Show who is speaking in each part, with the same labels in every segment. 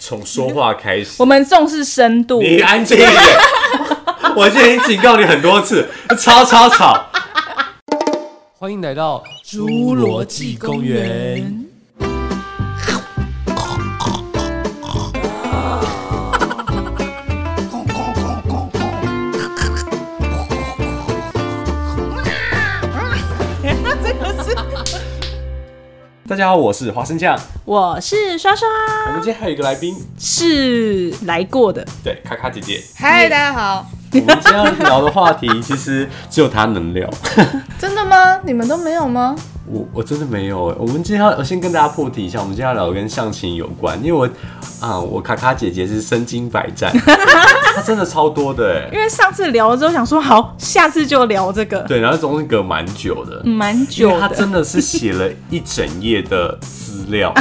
Speaker 1: 从说话开始
Speaker 2: 我。们重视深度，
Speaker 1: 你安静一点， 我今天已经警告你很多次，吵吵吵！欢迎来到侏罗纪公园。大家好，我是花生酱。
Speaker 2: 我是刷刷，
Speaker 1: 我们今天还有一个来宾，
Speaker 2: 是来过的，
Speaker 1: 对，卡卡姐姐。
Speaker 3: 嗨，大家好！
Speaker 1: 我们今天要聊的话题，其实只有她能聊。
Speaker 3: 真的吗？你们都没有吗？
Speaker 1: 我我真的没有哎，我们今天要我先跟大家破题一下，我们今天要聊跟象棋有关，因为我啊、我卡卡姐姐是身经百战，她真的超多的哎，
Speaker 2: 因为上次聊了之后想说好，下次就聊这个，
Speaker 1: 对，然后总是隔蛮久的，
Speaker 2: 蛮
Speaker 1: 因
Speaker 2: 久
Speaker 1: 为她
Speaker 2: 的，
Speaker 1: 真的是写了一整页的资 料，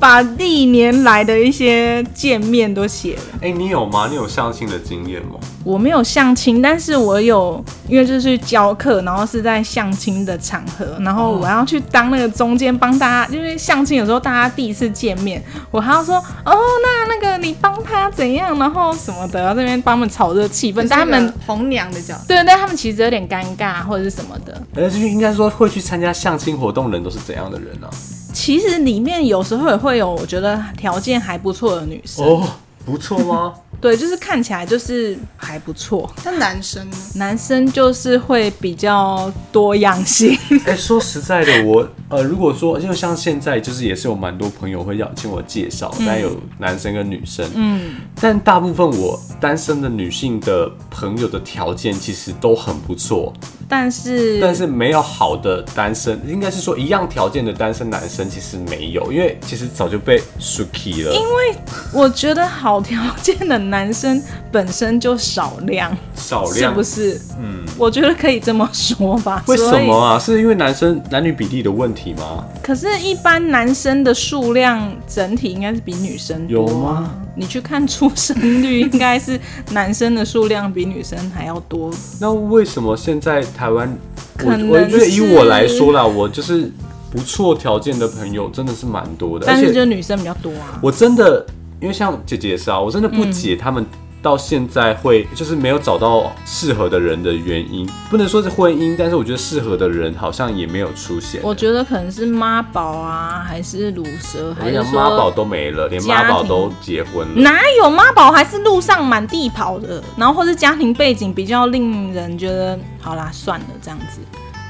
Speaker 2: 把历年来的一些见面都写了。
Speaker 1: 哎、你有吗？你有相亲的经验吗？
Speaker 2: 我没有相亲，但是我有，因为就是教课，然后是在相亲的场合，然后我要去当那个中间帮大家，因为相亲有时候大家第一次见面，我还要说哦，那那个你帮他怎样，然后什么的，然后这边帮他们炒热气氛，但他们
Speaker 3: 红娘的角色，
Speaker 2: 对，但他们其实有点尴尬或者是什么的。
Speaker 1: 而且呃应该说会去参加相亲活动的人都是怎样的人啊呢、
Speaker 2: 其实里面有时候也会有我觉得条件还不错的女生，
Speaker 1: 哦，不错吗？
Speaker 2: 对，就是看起来就是还不错。
Speaker 3: 那男生呢？
Speaker 2: 男生就是会比较多样性，
Speaker 1: 哎、说实在的，我呃，如果说就像现在，就是也是有蛮多朋友会要请我介绍，但有男生跟女生，嗯，但大部分我单身的女性的朋友的条件其实都很不错，
Speaker 2: 但是
Speaker 1: 但是没有好的单身，应该是说一样条件的单身男生其实没有，因为其实早就被 suki 了，
Speaker 2: 因为我觉得好条件的男生本身就少量，
Speaker 1: 少
Speaker 2: 是
Speaker 1: 量
Speaker 2: 不是？嗯，我觉得可以这么说吧。
Speaker 1: 为什么
Speaker 2: 所
Speaker 1: 啊？是因为男生男女比例的问题吗？
Speaker 2: 以？可是，一般男生的数量整体应该是比女生多、
Speaker 1: 有吗？
Speaker 2: 你去看出生率，应该是男生的数量比女生还要多。
Speaker 1: 那为什么现在台湾，我
Speaker 2: 可能
Speaker 1: 我觉得以
Speaker 2: 是
Speaker 1: 我来说啦，我就是不错条件的朋友真的是蛮多的，而
Speaker 2: 但是就
Speaker 1: 且
Speaker 2: 女生比较多啊。
Speaker 1: 我真的因为像姐姐也是啊，我真的不
Speaker 2: 嗯
Speaker 1: 解他们到现在会就是没有找到适合的人的原因，不能说是婚姻，但是我觉得适合的人好像也没有出现。
Speaker 2: 我觉得可能是妈宝啊，还是乳蛇，
Speaker 1: 我
Speaker 2: 还
Speaker 1: 跟你讲，
Speaker 2: 是
Speaker 1: 妈宝
Speaker 2: 说
Speaker 1: 都没了，连
Speaker 2: 家
Speaker 1: 妈宝
Speaker 2: 庭
Speaker 1: 都结婚了。
Speaker 2: 哪有妈宝，还是路上满地跑的，然后或是家庭背景比较令人觉得好啦，算了这样子。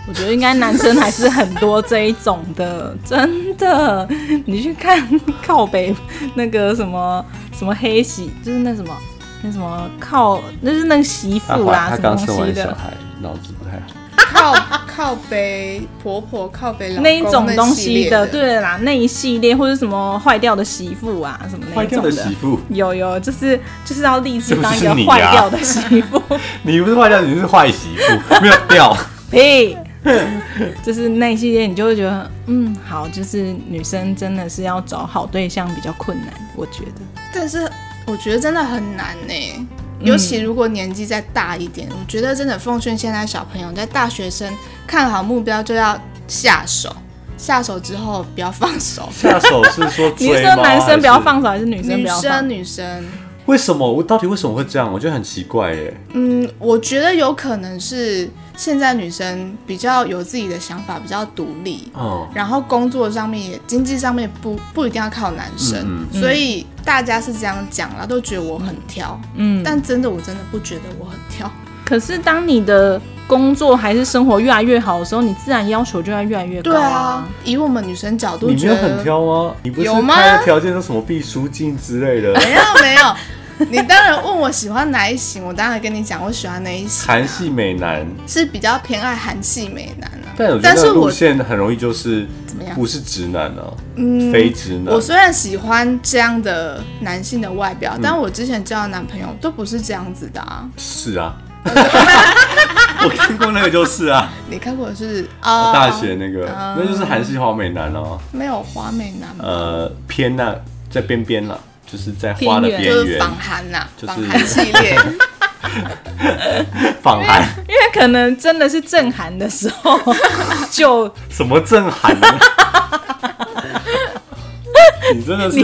Speaker 2: 我觉得应该男生还是很多这一种的，真的。你去看靠北那个什么 什么黑喜，就是那什么那什么靠，那是那个媳
Speaker 1: 他
Speaker 2: 妇啦，
Speaker 1: 啊他
Speaker 2: 啊什么
Speaker 1: 刚生
Speaker 2: 东西
Speaker 1: 完小
Speaker 2: 的
Speaker 1: 孩，脑子不太好。
Speaker 3: 靠啊靠北婆婆，靠北老公
Speaker 2: 那一种东
Speaker 3: 系
Speaker 2: 西
Speaker 3: 列
Speaker 2: 的，
Speaker 3: 的，，
Speaker 2: 对啦，那一系列或者什么坏掉的媳妇啊，什么那
Speaker 1: 坏
Speaker 2: 一
Speaker 1: 掉的
Speaker 2: 种
Speaker 1: 媳妇，
Speaker 2: 有有，就是就是要立志
Speaker 1: 是不
Speaker 2: 当一
Speaker 1: 是
Speaker 2: 个
Speaker 1: 你
Speaker 2: 坏
Speaker 1: 呀
Speaker 2: 掉的媳妇，
Speaker 1: 你不是坏掉，你是坏媳妇，没有掉。
Speaker 2: 呸！ 就是那一系列，你就会觉得，嗯，好，就是女生真的是要找好对象比较困难，我觉得。
Speaker 3: 但是我觉得真的很难呢。
Speaker 2: 嗯
Speaker 3: 尤其如果年纪再大一点，我觉得真的奉劝现在小朋友，在大学生看好目标就要下手，下手之后不要放手。
Speaker 1: 下手是说
Speaker 2: 你是
Speaker 1: 追
Speaker 2: 说
Speaker 1: 吗？
Speaker 2: 男生不要
Speaker 1: 还是
Speaker 2: 放手，还是女生
Speaker 3: 女
Speaker 2: 不要放
Speaker 3: 生，？女生，
Speaker 1: 为什么？我到底为什么会这样？我觉得很奇怪耶。
Speaker 3: 嗯，我觉得有可能是现在女生比较有自己的想法，比较独立，
Speaker 1: 嗯，
Speaker 3: 然后工作上面也经济上面不不一定要靠男生，
Speaker 1: 嗯
Speaker 3: 所以大家是这样讲啦，都觉得我很挑，
Speaker 2: 嗯，
Speaker 3: 但真的我真的不觉得我很挑。
Speaker 2: 可是当你的工作还是生活越来越好的时候，你自然要求就会越来越高
Speaker 3: 对啊，以我们女生角度
Speaker 1: 你没
Speaker 3: 觉
Speaker 1: 有很
Speaker 3: 得，
Speaker 1: 挑吗？你不是
Speaker 3: 有吗
Speaker 1: 开的条件都什么必输进之类的，
Speaker 3: 没有没有， 你当然问我喜欢哪一型，我当然跟你讲我喜欢哪一型，
Speaker 1: 韩系美男。
Speaker 3: 是比较偏爱韩系美男啊。
Speaker 1: 但我觉得
Speaker 3: 但
Speaker 1: 那个
Speaker 3: 是
Speaker 1: 路
Speaker 3: 我
Speaker 1: 线很容易就是
Speaker 3: 怎么样
Speaker 1: 不是直男啊，嗯，非直男
Speaker 3: 我。虽然喜欢这样的男性的外
Speaker 1: 嗯
Speaker 3: 表，但我之前交的男朋友都不是这样子的啊。
Speaker 1: 是啊， 我看过那个就是啊，
Speaker 3: 你看过的是啊、
Speaker 1: 大学那个，那就是韩系花美男哦，
Speaker 3: 没有花美男吗？
Speaker 1: 呃，偏那在边边啦，就是在花的
Speaker 2: 边
Speaker 1: 边
Speaker 2: 缘
Speaker 3: 就
Speaker 1: 缘
Speaker 3: 是，访韩呐，
Speaker 1: 就是
Speaker 3: 访韩系列，
Speaker 1: 仿韩
Speaker 2: 因为可能真的是正寒的时候 就
Speaker 1: 啊什么正寒呢？你真的是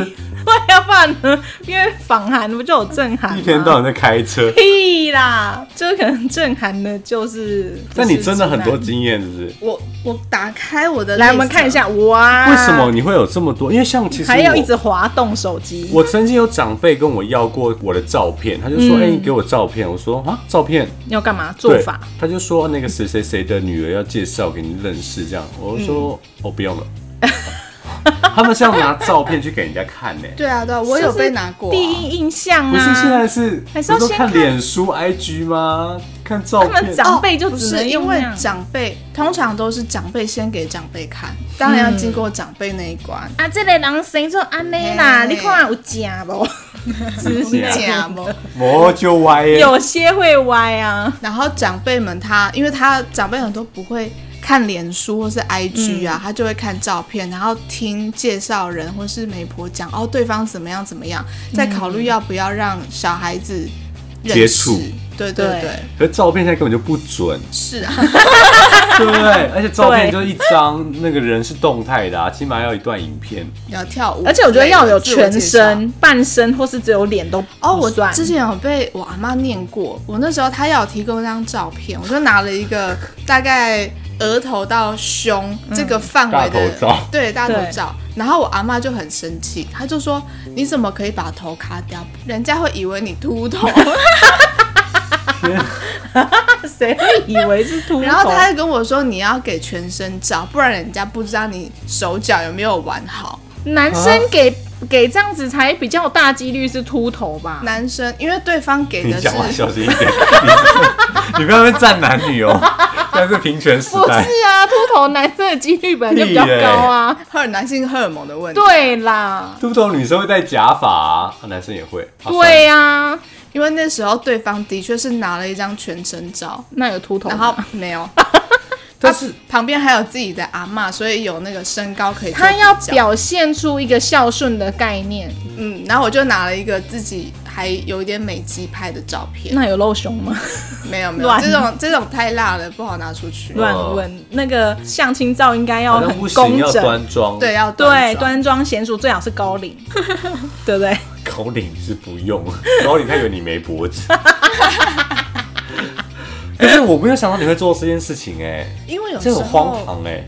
Speaker 2: 要不然呢？因为访韩不就有正韩吗？。
Speaker 1: 一天到晚在开车
Speaker 2: 屁啦，就是可能正韩的就是。
Speaker 1: 但你
Speaker 2: 就是
Speaker 1: 真的很多
Speaker 2: 直
Speaker 1: 经验，是不是？
Speaker 3: 我我打开我的，啊
Speaker 2: 男来，我们看一，下，哇，
Speaker 1: 为什么？你会有这么多？因为像其实
Speaker 2: 还要
Speaker 1: 我
Speaker 2: 一直滑动手机？
Speaker 1: 我曾经有长辈跟我要过我的照片，他就说：“哎、你给我照片。”我说：“啊，照片
Speaker 2: 要干嘛？做法？。
Speaker 1: 对”他就说：“那个谁谁谁的女儿要介绍给你认识。”这样，我就说：“
Speaker 2: 嗯
Speaker 1: 哦，不用了。” 他们这样拿照片去给人家看
Speaker 2: 嗯
Speaker 1: 呢、
Speaker 3: 对啊对啊，我有被拿过啊、
Speaker 2: 第一印象啊。
Speaker 1: 不是现在是
Speaker 2: 还是要
Speaker 1: 不
Speaker 2: 先
Speaker 1: 都
Speaker 2: 看
Speaker 1: 看脸书、IG 吗？看照
Speaker 2: 他们
Speaker 1: 片。
Speaker 2: 长辈就
Speaker 3: 哦不
Speaker 2: 只能
Speaker 3: 是因
Speaker 2: 用那
Speaker 3: 为
Speaker 2: 样。
Speaker 3: 长辈通常都是长辈先给长辈看，当然要经过长辈那一关。
Speaker 2: 啊，这个人生做安尼啦，
Speaker 3: 嘿
Speaker 2: 你看有假不？之
Speaker 1: 嗯
Speaker 2: 类
Speaker 1: 啊
Speaker 2: 的
Speaker 3: 假吗？
Speaker 1: 我就歪耶、
Speaker 2: 有些会歪啊，
Speaker 3: 然后长辈们他，因为他长辈很多不会看脸书或是 IG
Speaker 2: 嗯
Speaker 3: 啊，他就会看照片，然后听介绍人或是媒婆讲哦，对方怎么样怎么样，
Speaker 2: 嗯
Speaker 3: 再考虑要不要让小孩子认识
Speaker 1: 接触。
Speaker 3: 对对
Speaker 2: 对
Speaker 3: 对，
Speaker 1: 可是照片现在根本就不 准，
Speaker 3: 是啊，
Speaker 1: 对不对？而且照片
Speaker 2: 对
Speaker 1: 就一张，那个人是动态的、啊，起码要有一段影片。
Speaker 3: 你要跳舞，
Speaker 2: 而且我觉得要有
Speaker 3: 自我介
Speaker 2: 全
Speaker 3: 绍。
Speaker 2: 身、半身或是只有脸都
Speaker 3: 哦，
Speaker 2: 不
Speaker 3: 我
Speaker 2: 算
Speaker 3: 之前有被我阿妈念过，我那时候她要我提供一张照片，我就拿了一个大概额头到胸这个范围
Speaker 1: 大
Speaker 3: 的、
Speaker 1: 头照
Speaker 3: 对大头
Speaker 2: 对
Speaker 3: 照，然后我阿妈就很生气，她就说你怎么可以把头卡掉，人家会以为你 秃头，
Speaker 2: 谁会以为是秃头？
Speaker 3: 然后她还跟我说你要给全身照，不然人家不知道你手脚有没有玩好。
Speaker 2: 男生给、给这样子才比较有大几率是秃头吧？
Speaker 3: 男生因为对方给
Speaker 1: 你
Speaker 3: 的是
Speaker 1: 讲话小心一点， 你你不要在那边站男女 哦，现在是平权时
Speaker 2: 不是
Speaker 1: 代。
Speaker 2: 啊，秃头男生的几率本来就比较高啊。
Speaker 3: 荷尔男性荷尔蒙的问题，
Speaker 2: 对啦，
Speaker 1: 秃头女生会戴假发、啊，男生也会。啊
Speaker 2: 对、呀、
Speaker 3: 因为那时候对方的确是拿了一张全身照，
Speaker 2: 那有秃头吗，
Speaker 3: 然后 没有。
Speaker 1: 算了但是、
Speaker 3: 旁边还有自己的阿嬷，所以有那个身高可以做
Speaker 2: 他要
Speaker 3: 比较，
Speaker 2: 表现出一个孝顺的概念。
Speaker 3: 嗯，然后我就拿了一个自己还有一点美肌拍的 照 片，
Speaker 2: 那有露胸吗？
Speaker 3: 没有没有，
Speaker 2: 乱
Speaker 3: 这种这种太辣了，不好拿出去。
Speaker 2: 乱问，那个相亲照应该要
Speaker 1: 好像
Speaker 2: 很
Speaker 1: 不行，
Speaker 2: 工
Speaker 1: 要
Speaker 2: 整，
Speaker 1: 端庄。
Speaker 3: 对，，要
Speaker 2: 对，啊
Speaker 3: 妆
Speaker 2: 端庄娴熟，最好是高 领，对不对？
Speaker 1: 高领是不用，高领他以为你没脖子。 可是我没有想到你会做这件事情哎、
Speaker 3: 因为有时
Speaker 1: 这
Speaker 3: 候
Speaker 1: 很荒唐哎、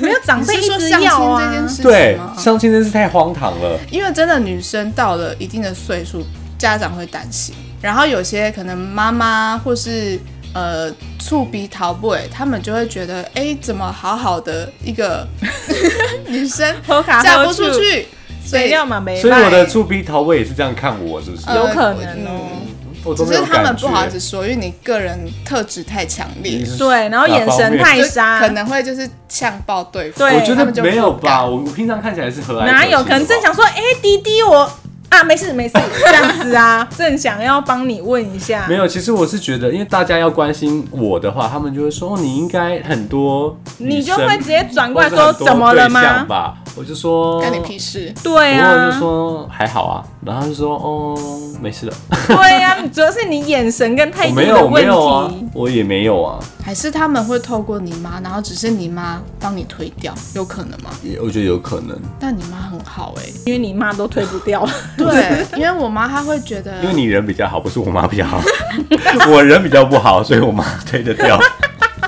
Speaker 2: 没有长
Speaker 3: 你
Speaker 2: 辈
Speaker 3: 是
Speaker 2: 一
Speaker 3: 说
Speaker 2: 直
Speaker 3: 相亲
Speaker 2: 要
Speaker 3: 这件
Speaker 2: 啊，
Speaker 3: 事情
Speaker 1: 对，
Speaker 3: 吗？哦
Speaker 1: 相亲真是太荒唐了。
Speaker 3: 因为真的女生到了一定的岁数，家长会担心，然后有些可能妈妈或是呃醋鼻桃 boy，他们就会觉得，哎、怎么好好的一个 女生
Speaker 2: 喝卡
Speaker 3: 嫁
Speaker 2: 喝
Speaker 3: 不出去，所
Speaker 2: 谁
Speaker 3: 以
Speaker 2: 料嘛没
Speaker 1: 所以
Speaker 2: 办
Speaker 1: 我的猪鼻桃味也是这样看我，是不是？
Speaker 3: 呃
Speaker 2: 有可能哦
Speaker 1: 我都
Speaker 3: 只
Speaker 1: 没有
Speaker 3: 是他
Speaker 1: 感
Speaker 3: 们
Speaker 1: 觉
Speaker 3: 不好意思说，因为你个人特质太强烈，
Speaker 2: 对，然后眼神太
Speaker 3: 就
Speaker 2: 杀，
Speaker 3: 可能会就是呛爆对方。
Speaker 2: 对
Speaker 1: 我觉
Speaker 3: 他们就
Speaker 1: 得
Speaker 3: 不
Speaker 1: 没有
Speaker 3: 敢
Speaker 1: 吧，我我平常看起来是和蔼，
Speaker 2: 哪有？可能正想说，哎、滴滴我啊，没事 没事，这样子啊，正想要帮你问一下
Speaker 1: 没，有，其实我是觉得，因为大家要关心我的话，他们就会说哦你应该很多
Speaker 2: 你
Speaker 1: 女
Speaker 2: 就
Speaker 1: 生，
Speaker 2: 会直接转过来
Speaker 1: 或
Speaker 2: 说
Speaker 1: 者很多
Speaker 2: 怎么了
Speaker 1: 对象
Speaker 2: 吗？
Speaker 1: 吧，我就说
Speaker 3: 干你屁事。
Speaker 2: 对
Speaker 1: 然后我就
Speaker 2: 啊，
Speaker 1: 说还好啊，然后他就说哦没事了，
Speaker 2: 对啊，主要是你眼神跟态
Speaker 1: 我
Speaker 2: 度
Speaker 1: 没
Speaker 2: 的
Speaker 1: 有
Speaker 2: 问
Speaker 1: 没有啊
Speaker 2: 题。，
Speaker 1: 我也没有啊，
Speaker 3: 还是他们会透过你妈，然后只是你妈帮你推掉，有可能吗？
Speaker 1: 也我觉得有可能，
Speaker 3: 但你妈很好哎、
Speaker 2: 因为你妈都推不掉，
Speaker 3: 对，因为我妈她会觉得
Speaker 1: 因为你人比较好，不是我妈比较好， 我人比较不好，所以我妈推得掉。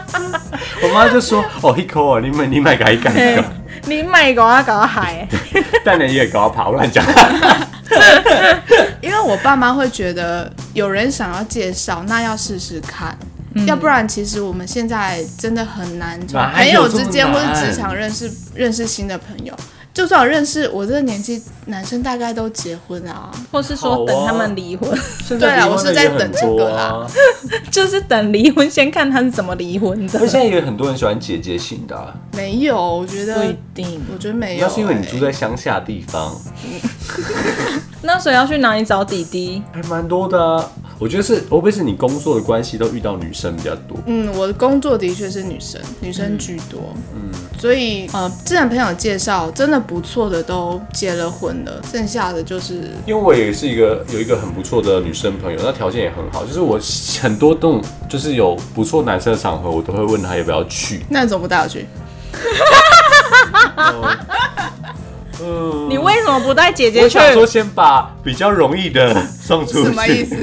Speaker 1: 我妈就说：“哦，Hiko 啊，你买你买个一干 一个，
Speaker 2: 你买搞啊搞啊海，
Speaker 1: 但你也搞跑，我乱讲。”
Speaker 3: 因为我爸妈会觉得有人想要介绍，那要试试看。要不然，其实我们现在真的很难从
Speaker 1: 哪
Speaker 3: 朋
Speaker 1: 有
Speaker 3: 友之间
Speaker 1: 这
Speaker 3: 或
Speaker 1: 么
Speaker 3: 是
Speaker 1: 难
Speaker 3: 职场认识认识新的朋友。就算我认识，我这个年纪男生大概都结婚了啊。
Speaker 2: 或是说等他们 离婚，
Speaker 1: 现
Speaker 3: 对
Speaker 1: 在
Speaker 3: 啊
Speaker 1: 离婚
Speaker 3: 我是
Speaker 1: 的也
Speaker 3: 在
Speaker 1: 很
Speaker 3: 等这
Speaker 1: 多
Speaker 3: 个
Speaker 1: 啊
Speaker 3: 啦。
Speaker 2: 就是等离婚先看他是怎么离婚的
Speaker 1: 而，现在也有很多人喜欢姐姐型的啊、
Speaker 3: 没有，我觉
Speaker 2: 不
Speaker 3: 得
Speaker 2: 一，定。
Speaker 3: 我觉得没有、
Speaker 1: 那是因为你
Speaker 3: 欸
Speaker 1: 住在乡下地方，
Speaker 2: 那所以要去哪里找弟弟？
Speaker 1: 还蛮多的啊、我觉得是，会不会是你工作的关系都遇到女生比较多？
Speaker 3: 嗯，我的工作的确是女生，女生居多。嗯，所以呃，之前朋友介绍真的不错的都结了婚了，剩下的就是
Speaker 1: 因为我也是一个有一个很不错的女生朋友，那条件也很好，就是我很多那种就是有不错男生的场合，我都会问她要不要去。
Speaker 3: 那你怎么不带我去？
Speaker 1: 嗯，
Speaker 2: 你为什么不带姐姐
Speaker 1: 我
Speaker 2: 去？
Speaker 1: 想说先把比较容易的送出去，
Speaker 3: 什么意思？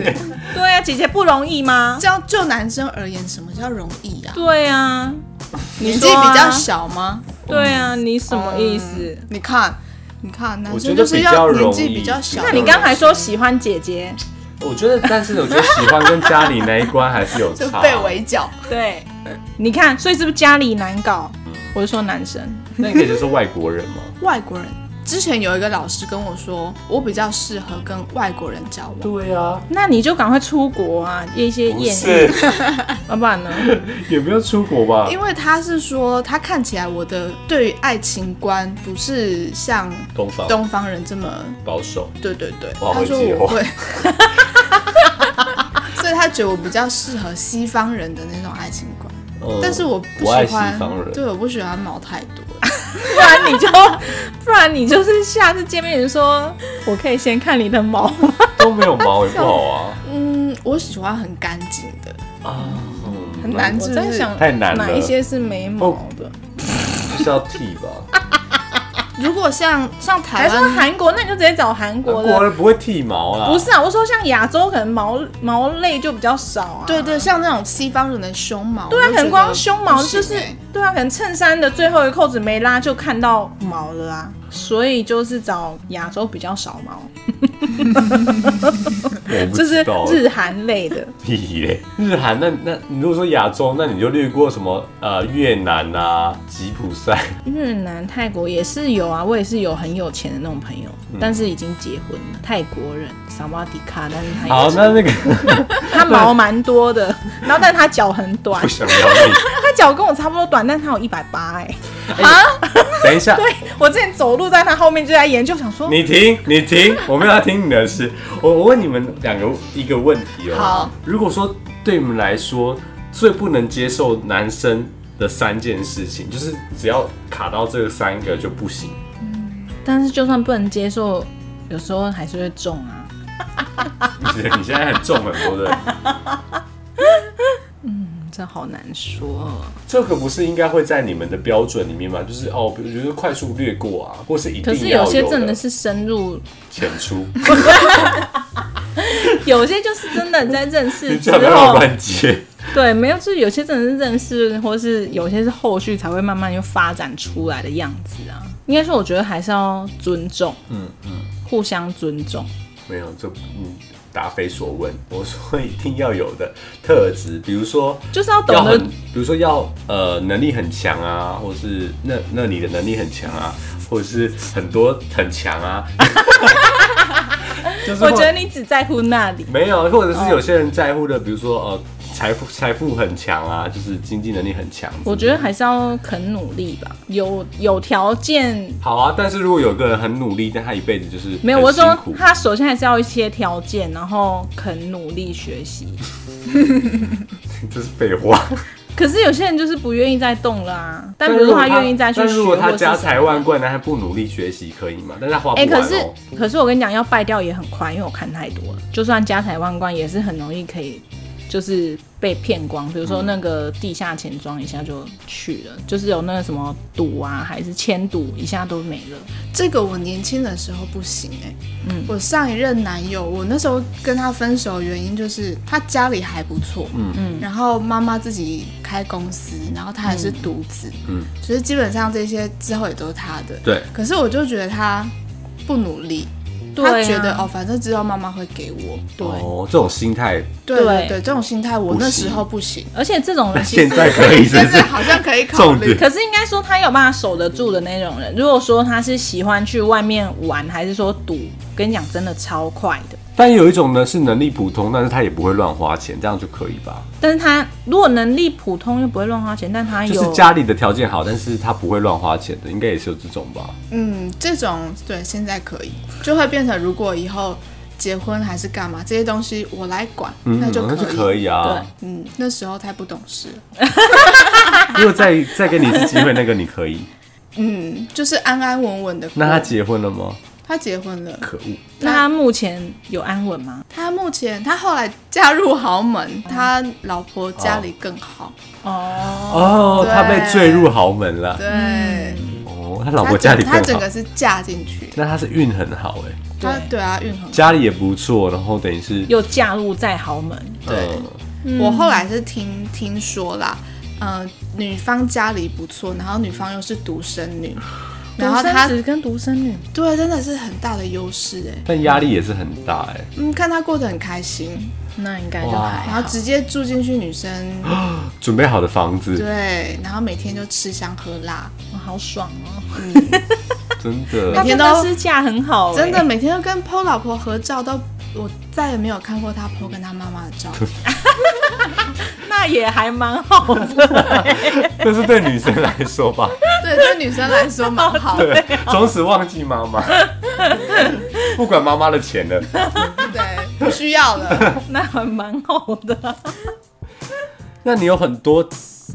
Speaker 2: 对啊，姐姐不容易吗？
Speaker 3: 这样就男生而言，什么叫容易啊？
Speaker 2: 对啊，
Speaker 1: 嗯
Speaker 3: 年
Speaker 2: 你
Speaker 3: 纪
Speaker 2: 说啊
Speaker 3: 比较小吗？
Speaker 2: 对啊，你什么意思？
Speaker 3: 嗯你看，你看，男
Speaker 1: 我觉
Speaker 3: 生
Speaker 1: 得
Speaker 3: 就是要
Speaker 1: 比较
Speaker 3: 年
Speaker 1: 容易
Speaker 3: 纪比较小。
Speaker 2: 那你刚才说喜欢姐姐，
Speaker 1: 我觉得，但是我觉得喜欢跟家里那一关还 是有
Speaker 3: 就
Speaker 1: 差。
Speaker 3: 被围剿，
Speaker 2: 对，你看，所以是不是家里难搞？
Speaker 1: 嗯
Speaker 2: 我是说男生，
Speaker 1: 那你可以就是外国人嘛？
Speaker 3: 外国人。之前有一个老师跟我说，我比较适合跟外国人交往。
Speaker 1: 对啊，
Speaker 2: 那你就赶快出国啊，一些
Speaker 1: 不
Speaker 2: 艳
Speaker 1: 是
Speaker 2: 遇，，要不然呢？
Speaker 1: 也不用出国吧？
Speaker 3: 因为他是说，他看起来我的对于爱情观不是像
Speaker 1: 东方
Speaker 3: 东方人这么，
Speaker 1: 保守，
Speaker 3: 对对对，
Speaker 1: 哇
Speaker 3: 他说
Speaker 1: 好解惑
Speaker 3: 我会， 所以他觉得我比较适合西方人的那种爱情观，
Speaker 1: 嗯
Speaker 3: 但是我
Speaker 1: 不
Speaker 3: 不
Speaker 1: 爱
Speaker 3: 喜
Speaker 1: 西
Speaker 3: 欢
Speaker 1: 方，人，
Speaker 3: 对，我不喜欢毛太多，
Speaker 2: 不然你就，不然你就是下次见面你就说，我可以先看你的毛吗？
Speaker 1: 都没有毛也不好啊
Speaker 3: 嗯，我喜欢很干净的，
Speaker 1: 啊，
Speaker 3: 很难
Speaker 2: 我
Speaker 3: 治。
Speaker 2: 在想
Speaker 1: 太难了
Speaker 2: 哪一些是没毛的？
Speaker 1: 就是要剃吧？
Speaker 3: 如果像像台
Speaker 2: 还是说
Speaker 3: 湾，
Speaker 2: 韩国？那你就直接找韩
Speaker 1: 韩
Speaker 2: 国
Speaker 1: 国
Speaker 2: 的。
Speaker 1: 人不会剃毛啦，
Speaker 2: 不是啊，我说像亚洲可能毛毛类就比较少啊。
Speaker 3: 对对，像那种西方人的胸毛，
Speaker 2: 对啊，
Speaker 3: 我
Speaker 2: 可
Speaker 3: 就觉
Speaker 2: 能
Speaker 3: 得
Speaker 2: 光胸毛就
Speaker 3: 不
Speaker 2: 是
Speaker 3: 行欸
Speaker 2: 对啊，可能衬衫的最后一个扣子没拉就看到毛了啊，所以就是找亚洲比较少毛，
Speaker 1: 我不
Speaker 2: 就是
Speaker 1: 知道
Speaker 2: 日韩类 的。
Speaker 1: 屁嘞。日韩那那，你如果说亚洲，那你就略过什么呃越南啊、吉普赛，
Speaker 2: 越南、泰国也是有啊，我也是有很有钱的那种朋友，
Speaker 1: 嗯
Speaker 2: 但是已经结婚了，泰国人，萨瓦迪卡，但是他
Speaker 1: 好
Speaker 2: 也，是
Speaker 1: 那那个
Speaker 2: 他毛蛮多的，然后但他脚很 短
Speaker 1: 不，想聊你。
Speaker 2: 他脚跟我差不多短，但他有一百八哎，
Speaker 1: 等一下，
Speaker 2: 我之前走路在他后面就在研究，想说
Speaker 1: 你停，你停，我没有要听你的事。我我问你们两个一个问题哦。
Speaker 3: 好，
Speaker 1: 如果说对你们来说最不能接受男生的三件事情，就是只要卡到这三个就不行。
Speaker 2: 但是就算不能接受，有时候还是会中啊。
Speaker 1: 你觉得你现在很重很多的，
Speaker 2: 嗯这好难说哦，
Speaker 1: 这个不是应该会在你们的标准里面吗？就是哦，比如说快速略过啊，或是一定要
Speaker 2: 可是有些真
Speaker 1: 的
Speaker 2: 的是深入，
Speaker 1: 浅 出，
Speaker 2: 有些就是真的在认 识
Speaker 1: 你
Speaker 2: 之
Speaker 1: 最好不要
Speaker 2: 后，
Speaker 1: 乱接。
Speaker 2: 对，没有，就是有些真的是认识，或是有些是后续才会慢慢又发展出来的样子啊。应该说，我觉得还是要尊重，
Speaker 1: 嗯嗯，
Speaker 2: 互相尊重。
Speaker 1: 没有，这嗯答非所问。我说一定要有的特质，比如说
Speaker 2: 就是要懂
Speaker 1: 要
Speaker 2: 得
Speaker 1: 很，比如说要呃能力很强啊，或是那那你的能力很强啊，或者是很多很强 啊。就是
Speaker 2: 我
Speaker 1: 或
Speaker 2: 觉得哦你只在乎那里，
Speaker 1: 没有，或者是有些人在乎的，比如说呃财富财富很强啊，就是经济能力很强。
Speaker 2: 我觉得还是要肯努力吧。有有条件
Speaker 1: 好啊，但是如果有个人很努力，但他一辈子就是
Speaker 2: 没有，
Speaker 1: 很
Speaker 2: 我是说
Speaker 1: 辛苦
Speaker 2: 他首先还是要一些条件，然后肯努力 学习。
Speaker 1: 这是废话。
Speaker 2: 可是有些人就是不愿意再动了啊。但比如说他愿意再去
Speaker 1: 但
Speaker 2: 学，
Speaker 1: 如果
Speaker 2: 或
Speaker 1: 他
Speaker 2: 是
Speaker 1: 家
Speaker 2: 什么
Speaker 1: 财万贯，但他不努力学习，可以吗？但是他花不
Speaker 2: 哎、
Speaker 1: 完
Speaker 2: 可
Speaker 1: 哦、
Speaker 2: 是可是我跟你讲，要败掉也很快，因为我看太多了。就算家财万贯，也是很容易可以，就是被骗光。比如
Speaker 1: 嗯
Speaker 2: 说那个地下钱庄，一下就去了，就是有那个什么赌啊，还是签赌，一下都没了。
Speaker 3: 这个我年轻的时候不行哎、
Speaker 2: 嗯
Speaker 3: 我上一任男友，我那时候跟他分手的原因就是他家里还不错，嗯嗯，然后妈妈自己开公司，然后他还是独子，
Speaker 1: 嗯
Speaker 3: 嗯，所以基本上这些之后也都是他的，
Speaker 1: 对，
Speaker 3: 可是我就觉得他不努力，
Speaker 2: 对啊
Speaker 3: 他觉得哦，反正之后妈妈会给我，
Speaker 2: 对，
Speaker 1: 哦，这种心态，
Speaker 3: 对对
Speaker 2: 对
Speaker 3: 对，这种心态我
Speaker 1: 不行
Speaker 3: 那时候不行，
Speaker 2: 而且这种人其
Speaker 1: 现
Speaker 2: 实
Speaker 1: 在可以是
Speaker 3: 现
Speaker 1: 不是
Speaker 3: 在？好像可以考
Speaker 1: 重 点
Speaker 3: 虑。
Speaker 2: 可是应该说他有办法守得住的那种人。如果说他是喜欢去外面玩，还是说赌，跟你讲真的超快的。
Speaker 1: 但有一种呢是能力普通，但是他也不会乱花钱，这样就可以吧？
Speaker 2: 但是他如果能力普通又不会乱花钱，但
Speaker 3: 哎
Speaker 2: 他
Speaker 1: 就
Speaker 2: 有
Speaker 1: 是家里的条件好，但是他不会乱花钱的，应该也是有这种吧？
Speaker 3: 嗯，这种对现在可以，就会变成如果以后结婚还是干嘛，这些东西我来管，
Speaker 1: 嗯，
Speaker 3: 那就
Speaker 1: 那
Speaker 3: 可
Speaker 1: 就
Speaker 3: 以。
Speaker 1: 可以啊。
Speaker 3: 嗯，那时候太不懂事了。
Speaker 1: 如果再再给你一次机会，那个你可以。
Speaker 3: 嗯，就是安安稳稳的。
Speaker 1: 那他结婚了吗？
Speaker 3: 他结婚了，
Speaker 1: 可 恶！
Speaker 2: 那他目前有安稳吗？
Speaker 3: 他目前他后来嫁入豪门，他老婆家里更好。
Speaker 2: 哦，
Speaker 1: 哦，
Speaker 3: 对
Speaker 1: 他被坠入豪门了。
Speaker 3: 对，
Speaker 1: 哦，他嗯老婆家里更
Speaker 3: 他整
Speaker 1: 好
Speaker 3: 个，是嫁进去，
Speaker 1: 那他是运很好哎、
Speaker 2: 对
Speaker 3: 他对啊，运很好。
Speaker 1: 家里也不错，然后等于是
Speaker 2: 又嫁入在豪门，
Speaker 3: 对
Speaker 1: 嗯
Speaker 3: 我后来是听听说啦，呃，女方家里不错，然后女方又是独生女，然后她
Speaker 2: 只跟独生女，
Speaker 3: 对啊真的是很大的优势哎、
Speaker 1: 但压力也是很大哎、
Speaker 3: 嗯，看她过得很开心，
Speaker 2: 那应该就
Speaker 1: 哇
Speaker 2: 还
Speaker 3: 然
Speaker 2: 好。
Speaker 3: 后直接住进去女生，
Speaker 1: 准备好的房子，
Speaker 3: 对，然后每天就吃香喝辣，
Speaker 2: 哇，好爽哦！
Speaker 1: 真的
Speaker 2: 她
Speaker 3: 每
Speaker 2: 真
Speaker 3: 天都
Speaker 2: 的是嫁很好欸，
Speaker 3: 真的每天都跟 PO 老婆合照，都我再也没有看过她 PO 跟她妈妈的照。
Speaker 2: 那也还蛮好的。
Speaker 1: 这是对女生来说吧，
Speaker 3: 对，对女生来说蛮好 的，
Speaker 1: 对，从此忘记妈 妈，不管妈妈的钱了。
Speaker 3: 对，不需要了。
Speaker 2: 那还蛮好的。
Speaker 1: 那你有很多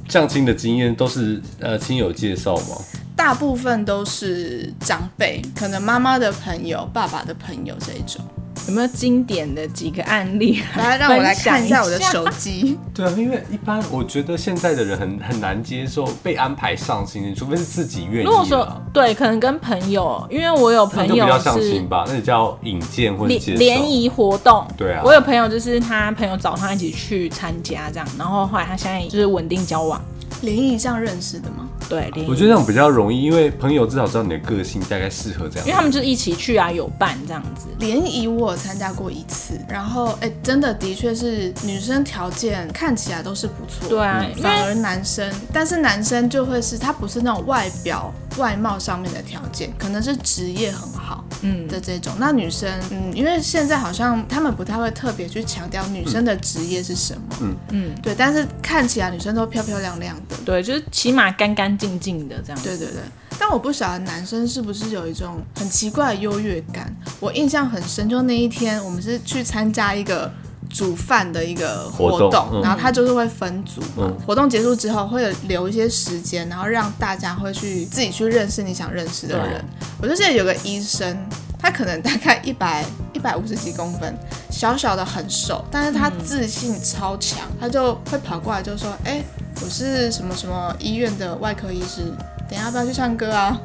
Speaker 1: 相亲的经验都是呃亲友介绍吗？
Speaker 3: 大部分都是长辈，可能妈妈的朋友、爸爸的朋友这一种。
Speaker 2: 有没有经典的几个案例？啊
Speaker 3: 来，让我来看一下我的手机。
Speaker 1: 对啊，因为一般我觉得现在的人很很难接受被安排上心，除非是自己愿意
Speaker 2: 如果说
Speaker 1: 啦。
Speaker 2: 对，可能跟朋友，因为我有
Speaker 1: 那
Speaker 2: 朋
Speaker 1: 就不
Speaker 2: 友
Speaker 1: 叫上
Speaker 2: 是
Speaker 1: 心吧，那就叫引荐或者介
Speaker 2: 联
Speaker 1: 绍。
Speaker 2: 联谊活动，
Speaker 1: 对啊
Speaker 2: 我有朋友就是他朋友找他一起去参加这样，然后后来他现在就是稳定交往，
Speaker 3: 联谊上认识的吗？
Speaker 2: 对联谊，
Speaker 1: 我觉得那种比较容易，因为朋友至少知道你的个性，大概适合这样。
Speaker 2: 因为他们就是一起去啊，有伴这样子，
Speaker 3: 联谊我有参加过一次，然后哎，真的的确是女生条件看起来都是不错，
Speaker 2: 对
Speaker 1: 嗯
Speaker 2: 啊，因
Speaker 3: 反
Speaker 2: 为
Speaker 3: 而男生，但是男生就会是他不是那种外表外貌上面的条件，可能是职业很好
Speaker 2: 嗯
Speaker 3: 的这种。那女生，嗯，因为现在好像他们不太会特别去强调女生的职业是什么，
Speaker 1: 嗯
Speaker 2: 嗯，
Speaker 3: 对，但是看起来女生都漂漂亮亮的，
Speaker 2: 对，就是起码干干净净的这样，
Speaker 3: 对对对。但我不晓得男生是不是有一种很奇怪的优越感。我印象很深，就那一天我们是去参加一个煮饭的一个活
Speaker 1: 活动嗯
Speaker 3: 然后他就是会分组嘛。
Speaker 1: 嗯
Speaker 3: 活动结束之后会有留一些时间，然后让大家会去自己去认识你想认识的人。我就记得有个医生，他可能大概一百一百五十几公分，小小的很瘦，但是他自信超强，他就会跑过来就说：“哎、我是什么什么医院的外科医师，等一下要不要去唱歌啊？”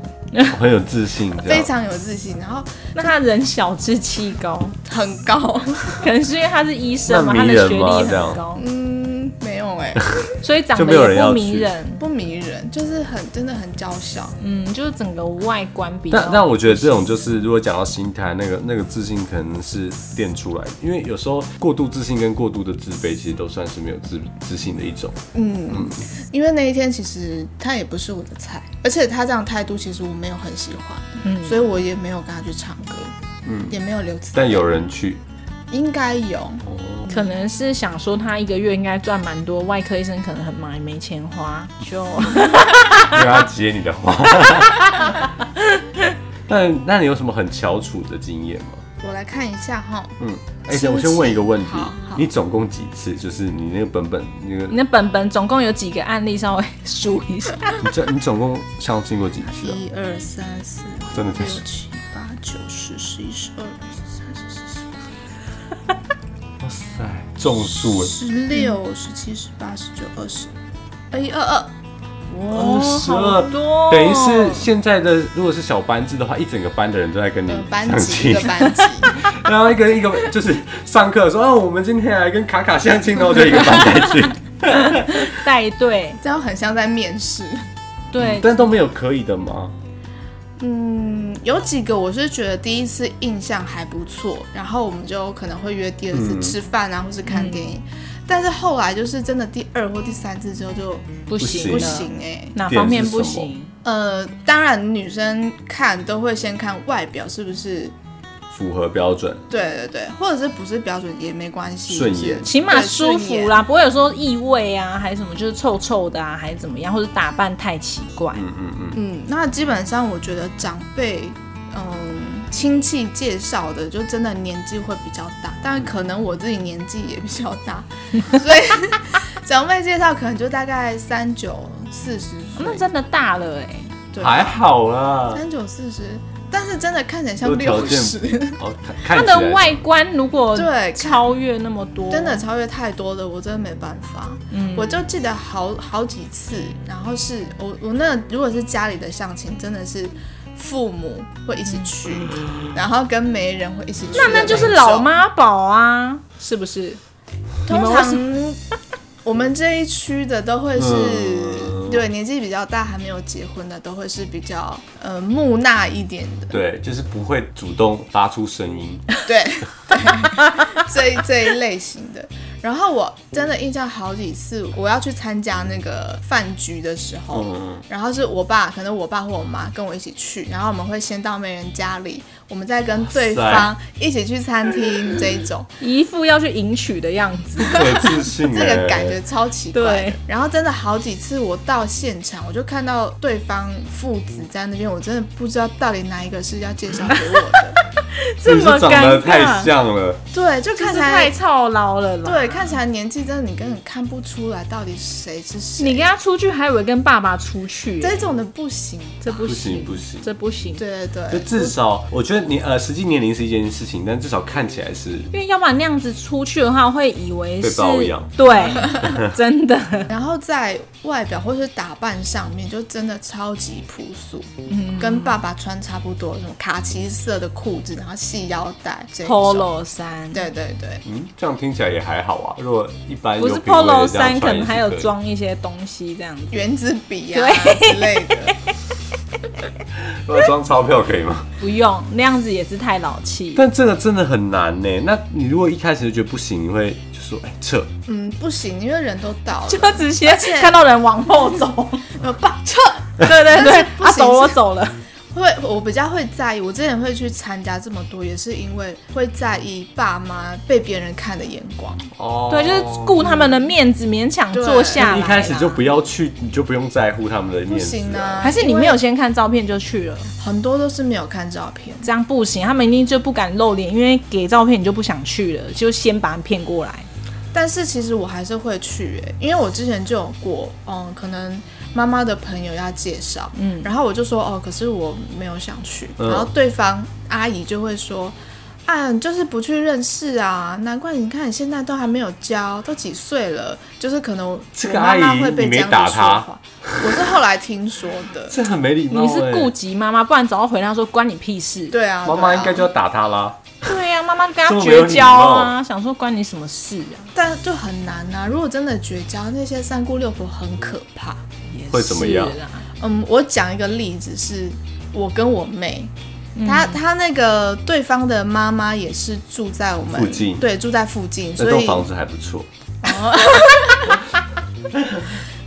Speaker 1: 很有自信，这
Speaker 3: 非
Speaker 1: 样。
Speaker 3: 常有自信，然后
Speaker 2: 那他人小志气高，
Speaker 3: 很高。
Speaker 2: 可能是因为他是医生嘛，
Speaker 1: 那
Speaker 2: 他
Speaker 1: 迷
Speaker 2: 的
Speaker 1: 人
Speaker 2: 学历
Speaker 1: 吗
Speaker 2: 很
Speaker 1: 这样
Speaker 2: 高，
Speaker 3: 嗯，没有哎、
Speaker 2: 所以长
Speaker 1: 就
Speaker 2: 得
Speaker 1: 没有人
Speaker 2: 也
Speaker 1: 要
Speaker 2: 不
Speaker 1: 去
Speaker 2: 迷人，
Speaker 3: 不迷人，就是很真的很娇小。
Speaker 2: 嗯，就是整个外观比较，
Speaker 1: 但但我觉得这种就是，如果讲到心态，那个那个自信可能是练出来的，因为有时候过度自信跟过度的自卑，其实都算是没有自自信的一种。
Speaker 3: 嗯，因为那一天其实他也不是我的菜，而且他这样态度其实我没有很喜欢，
Speaker 2: 嗯
Speaker 3: 所以我也没有跟他去唱歌，
Speaker 1: 嗯
Speaker 3: 也没有留。
Speaker 1: 但有哦人去，
Speaker 3: 应该有，
Speaker 2: 可能是想说他一个月应该赚蛮多，外科医生可能很忙也没钱花，就
Speaker 1: 因为他接你的话。 但那你有什么很翘楚的经验吗？
Speaker 3: 我来看一下哈，
Speaker 1: 嗯，
Speaker 3: 亲
Speaker 1: 而
Speaker 3: 戚
Speaker 1: 且我先问一个问题
Speaker 3: 好好，
Speaker 1: 你总共几次？就是你那个本本那个，
Speaker 2: 你的本本总共有几个案例，稍微数一下。
Speaker 1: 你这你总共相亲过几次啊？
Speaker 3: 一二三四五
Speaker 1: 真的
Speaker 3: 六
Speaker 1: 就是
Speaker 3: 七八九十十一十二十三十四十五
Speaker 1: 哇塞，中暑哎！
Speaker 3: 十六十七十八十九二十，二一二二，
Speaker 1: 哦，十
Speaker 2: 好
Speaker 1: 二
Speaker 2: 多哦
Speaker 1: 等于是现在的，如果是小班制的话，一整个班的人都在跟你
Speaker 3: 呃班
Speaker 1: 相
Speaker 3: 级
Speaker 1: 亲
Speaker 3: 一个，班级。
Speaker 1: 然后一个一个就是上课说，哦，我们今天来跟卡卡相亲哦，就一个班带 去，
Speaker 2: 带队，
Speaker 3: 这样很像在面试。
Speaker 2: 对，
Speaker 1: 嗯但都没有可以的吗？
Speaker 3: 嗯，有几个我是觉得第一次印象还不错，然后我们就可能会约第二次
Speaker 1: 嗯
Speaker 3: 吃饭啊，或是看电影。
Speaker 2: 嗯
Speaker 3: 但是后来就是真的第二或第三次之后就
Speaker 2: 不
Speaker 1: 对
Speaker 2: 行
Speaker 3: 不
Speaker 2: 了，
Speaker 3: 行哎、
Speaker 2: 哪方面不
Speaker 1: 啊点是
Speaker 2: 行？
Speaker 3: 呃，当然女生看都会先看外表是不是，
Speaker 1: 符合标准，
Speaker 3: 对对对，或者是不是标准也没关系，
Speaker 1: 顺
Speaker 3: 就是
Speaker 1: 眼
Speaker 2: 起码
Speaker 3: 对
Speaker 2: 舒
Speaker 3: 顺眼
Speaker 2: 服啦，不会有说异味啊，还是什么，就是臭臭的啊，还是怎么样，或者打扮太奇怪。
Speaker 1: 嗯嗯嗯，
Speaker 3: 嗯，那基本上我觉得长辈，嗯，亲戚介绍的，就真的年纪会比较大，但可能我自己年纪也比较 大，所以长辈介绍可能就大概三九四十岁，
Speaker 2: 那真的大了哎、
Speaker 3: 对
Speaker 1: 还好啦，
Speaker 3: 三九四十，但是真的看起来像
Speaker 1: 有条
Speaker 3: 六
Speaker 1: 件
Speaker 3: 十，
Speaker 1: 哦，看
Speaker 2: 它
Speaker 1: 看起
Speaker 2: 的
Speaker 1: 来
Speaker 2: 外观如果
Speaker 3: 对，
Speaker 2: 超越那么多，
Speaker 3: 真的超越太多了，我真的没办法。
Speaker 2: 嗯
Speaker 3: 我就记得好好几次，然后是我我那如果是家里的相亲，真的是父母会一起去，
Speaker 2: 嗯
Speaker 3: 然后跟媒人会一起去。
Speaker 2: 那那就是老？妈宝啊，是不是？
Speaker 3: 通
Speaker 2: 你们为什
Speaker 3: 常我们这一区的都会是。
Speaker 1: 嗯
Speaker 3: 对，年纪比较大还没有结婚的，都会是比较呃木讷一点 的，
Speaker 1: 对，就是不会主动发出声 音。
Speaker 3: 对，这一这一类型的。然后我真的印象好几次，我要去参加那个饭局的时候，
Speaker 1: 嗯，
Speaker 3: 然后是我爸，可能我爸或我妈跟我一起去，然后我们会先到媒人家里，我们再跟对方一起去餐厅这一种，
Speaker 2: 一副要去迎娶的样 子，
Speaker 1: 有自信
Speaker 3: 这
Speaker 1: 哎、
Speaker 3: 个感觉超奇怪。
Speaker 2: 对，
Speaker 3: 然后真的好几次我到现场，我就看到对方父子在那边，我真的不知道到底哪一个是要介绍给我的。
Speaker 2: 这
Speaker 1: 是不
Speaker 2: 么
Speaker 1: 是长
Speaker 2: 尴
Speaker 1: 得
Speaker 2: 尬
Speaker 1: 太，像了。
Speaker 3: 对，就
Speaker 2: 就
Speaker 3: 看
Speaker 2: 是
Speaker 3: 起来
Speaker 2: 太操劳了啦。
Speaker 3: 对，看起来年纪真的你根本看不出来到底谁是谁。
Speaker 2: 你跟他出去，还以为跟爸爸出去，
Speaker 3: 这种的不行。
Speaker 2: 这不
Speaker 1: 不行
Speaker 2: 行，
Speaker 1: 不行
Speaker 2: 这不行。
Speaker 3: 对对
Speaker 1: 就
Speaker 3: 对，
Speaker 1: 至少，我觉得你呃，实际年龄是一件事情，但至少看起来是
Speaker 2: 因为要不然那样子出去的话，会以为
Speaker 1: 被
Speaker 2: 是
Speaker 1: 包养
Speaker 2: 对， 真的，
Speaker 3: 然后在外表或是打扮上面，就真的超级朴素，
Speaker 2: 嗯
Speaker 3: 跟爸爸穿差不多，什么卡其色的裤子，然后细腰带这一种
Speaker 2: polo 衫，，
Speaker 3: 对对对，
Speaker 1: 嗯，这样听起来也还好啊。如果一般
Speaker 2: 不是
Speaker 1: 有品味的
Speaker 2: polo
Speaker 1: 这样
Speaker 2: 衫，可
Speaker 1: 穿也
Speaker 2: 能
Speaker 1: 是
Speaker 2: 还有
Speaker 1: 可以。
Speaker 2: 装一些东西这样子，
Speaker 3: 原子笔啊之类 的，
Speaker 1: 如果装钞票可以吗？
Speaker 2: 不用那样子也是太老气。
Speaker 1: 但这个真的很难呢、那你如果一开始就觉得不行，你会就说哎、撤，
Speaker 3: 嗯，不行，因为人都到
Speaker 2: 就
Speaker 3: 了，
Speaker 2: 直接
Speaker 3: 且
Speaker 2: 看到人往后 走，
Speaker 3: 呃，爸撤。
Speaker 2: 对对对
Speaker 3: 但是，不
Speaker 2: 啊
Speaker 3: 行
Speaker 2: 走我走了，
Speaker 3: 会，我比较会在意。我之前会去参加这么多，也是因为会在意爸妈被别人看的眼光。
Speaker 1: 哦，
Speaker 2: 对，就是顾他们的面子，勉强坐下来。
Speaker 1: 一开始就不要去，你就不用在乎他们的
Speaker 3: 不
Speaker 1: 面子
Speaker 3: 行
Speaker 1: 啊。
Speaker 3: 啊，
Speaker 2: 还是你没有先看照片就去了，
Speaker 3: 很多都是没有看照片。
Speaker 2: 这样不行，他们一定就不敢露脸，因为给照片你就不想去了，就先把人骗过来。
Speaker 3: 但是其实我还是会去、欸，因为我之前就有过，嗯，可能妈妈的朋友要介绍，嗯，然后我就说哦，可是我没有想去，
Speaker 1: 嗯
Speaker 3: 然后对方阿姨就会说。啊，你就是不去认识啊，难怪你看你现在都还没有交，都几岁了，就是可能我
Speaker 1: 这个
Speaker 3: 妈
Speaker 1: 阿
Speaker 3: 妈
Speaker 1: 姨
Speaker 3: 会被
Speaker 1: 你
Speaker 3: 这
Speaker 1: 没
Speaker 3: 样子
Speaker 1: 打
Speaker 3: 说
Speaker 1: 她
Speaker 3: 话。我是后来听说的，
Speaker 1: 这很没礼貌、欸。
Speaker 2: 你是顾及妈妈，不然早就回答说关你屁事。
Speaker 3: 对啊，
Speaker 1: 妈
Speaker 3: 对
Speaker 1: 妈
Speaker 3: 啊
Speaker 1: 应该就要打他啦。
Speaker 2: 对呀、妈妈跟
Speaker 1: 这
Speaker 2: 他
Speaker 1: 么没有
Speaker 2: 绝
Speaker 1: 礼
Speaker 2: 交啊，想说关你什么事啊？
Speaker 3: 但就很难啊。如果真的绝交，那些三姑六婆很可怕。
Speaker 2: 也
Speaker 1: 会怎么样
Speaker 2: 是啦？啊
Speaker 3: 嗯，我讲一个例子是，我跟我妹，她她那个对方的妈妈也是住在我们
Speaker 1: 附近
Speaker 3: 对，住在附近，
Speaker 1: 那
Speaker 3: 所
Speaker 1: 栋
Speaker 3: 以
Speaker 1: 房子还不错，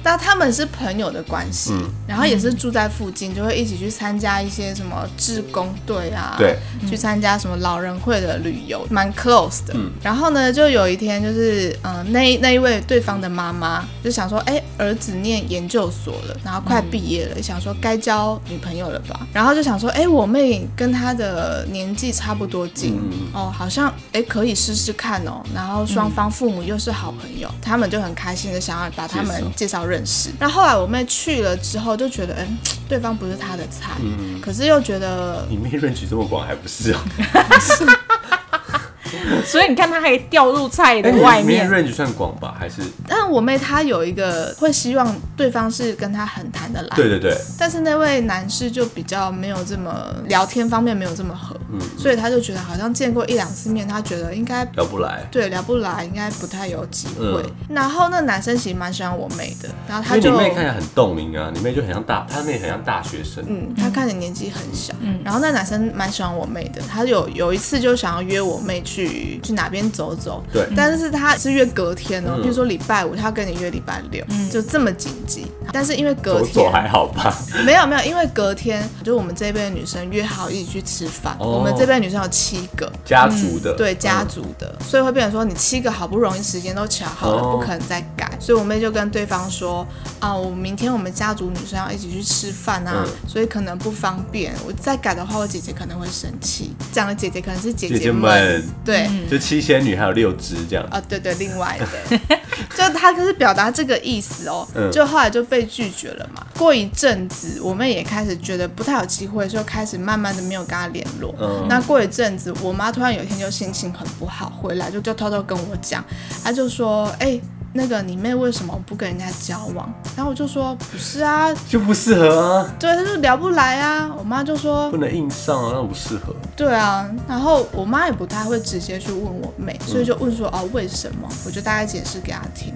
Speaker 3: 但他们是朋友的关系，
Speaker 1: 嗯
Speaker 3: 然后也是住在附近，就会一起去参加一些什么志工队啊，
Speaker 1: 对，
Speaker 3: 去参加什么老人会的旅游，蛮 close 的。
Speaker 1: 嗯
Speaker 3: 然后呢，就有一天就是，嗯、那那一位对方的妈妈就想说，哎，儿子念研究所了，然后快毕业了，想说该交女朋友了吧，然后就想说，哎，我妹跟她的年纪差不多近，
Speaker 1: 嗯
Speaker 3: 哦，好像哎可以试试看哦。然后双方父母又是好朋友，他们就很开心的想要把他们
Speaker 1: 介绍
Speaker 3: 介绍认识。然后后来我妹去了之后就觉得，嗯，对方不是她的菜，
Speaker 1: 嗯，
Speaker 3: 可是又觉得
Speaker 1: 你妹认取这么广还不是啊？
Speaker 2: 所以你看，他还掉入菜
Speaker 1: 哎
Speaker 2: 的 外
Speaker 1: 你妹
Speaker 2: 面，
Speaker 1: range 算广吧？还是
Speaker 3: 但我妹她有一个会希望对方是跟她很谈得来，
Speaker 1: 对对对，
Speaker 3: 但是那位男士就比较没有这么聊天方面没有这么合，
Speaker 1: 嗯
Speaker 3: 所以她就觉得好像见过一两次面，她觉得应该
Speaker 1: 聊不来。
Speaker 3: 对聊不来，应该不太有机会。
Speaker 1: 嗯
Speaker 3: 然后那男生其实蛮喜欢我妹的，然后
Speaker 1: 因
Speaker 3: 他
Speaker 1: 为你
Speaker 3: 就
Speaker 1: 妹看起来很冻龄啊，你妹就很像大，她妹很像大学生。
Speaker 3: 嗯，他看着年纪很小，然后那男生蛮喜欢我妹的，他有有一次就想要约我妹去去哪边走走，
Speaker 1: 对
Speaker 3: 但是他是约隔天哦，
Speaker 1: 嗯
Speaker 3: 比如说礼拜五，他跟你约礼拜六，就这么紧急，但是因为隔
Speaker 1: 走
Speaker 3: 天
Speaker 1: 走还好吧？
Speaker 3: 没有没有，因为隔天就我们这辈的女生约好一起去吃饭，
Speaker 1: 哦
Speaker 3: 我们这辈女生有七个，
Speaker 1: 家族的，
Speaker 3: 对家
Speaker 1: 嗯
Speaker 3: 族的，所以会变成说你七个好不容易时间都巧好了，
Speaker 1: 哦
Speaker 3: 不可能再改。所以我妹就跟对方说啊，我明天我们家族女生要一起去吃饭啊，
Speaker 1: 嗯
Speaker 3: 所以可能不方便。我再改的话，我姐姐可能会生气。讲的姐姐可能是姐
Speaker 1: 姐姐
Speaker 3: 们，
Speaker 1: 们
Speaker 3: 对。
Speaker 1: 嗯就七仙女还有六只这样。
Speaker 3: 啊，对对，另外的，就他就是表达这个意思哦
Speaker 1: 嗯，
Speaker 3: 就后来就被拒绝了嘛。过一阵子，我妹也开始觉得不太有机会，就开始慢慢的没有跟他联络。
Speaker 1: 嗯
Speaker 3: 那过一阵子，我妈突然有一天就心情很不好，回来就就偷偷跟我讲，她就说：“哎、那个你妹为什么不跟人家交往？”然后我就说：“不是啊，
Speaker 1: 就不适合啊，
Speaker 3: 对，她就聊不来啊。”我妈就说
Speaker 1: 不能硬上啊，那不适合。：“
Speaker 3: 对啊。”然后我妈也不太会直接去问我妹，所以就问说：“哦，为什么？”我就大概解释给她听，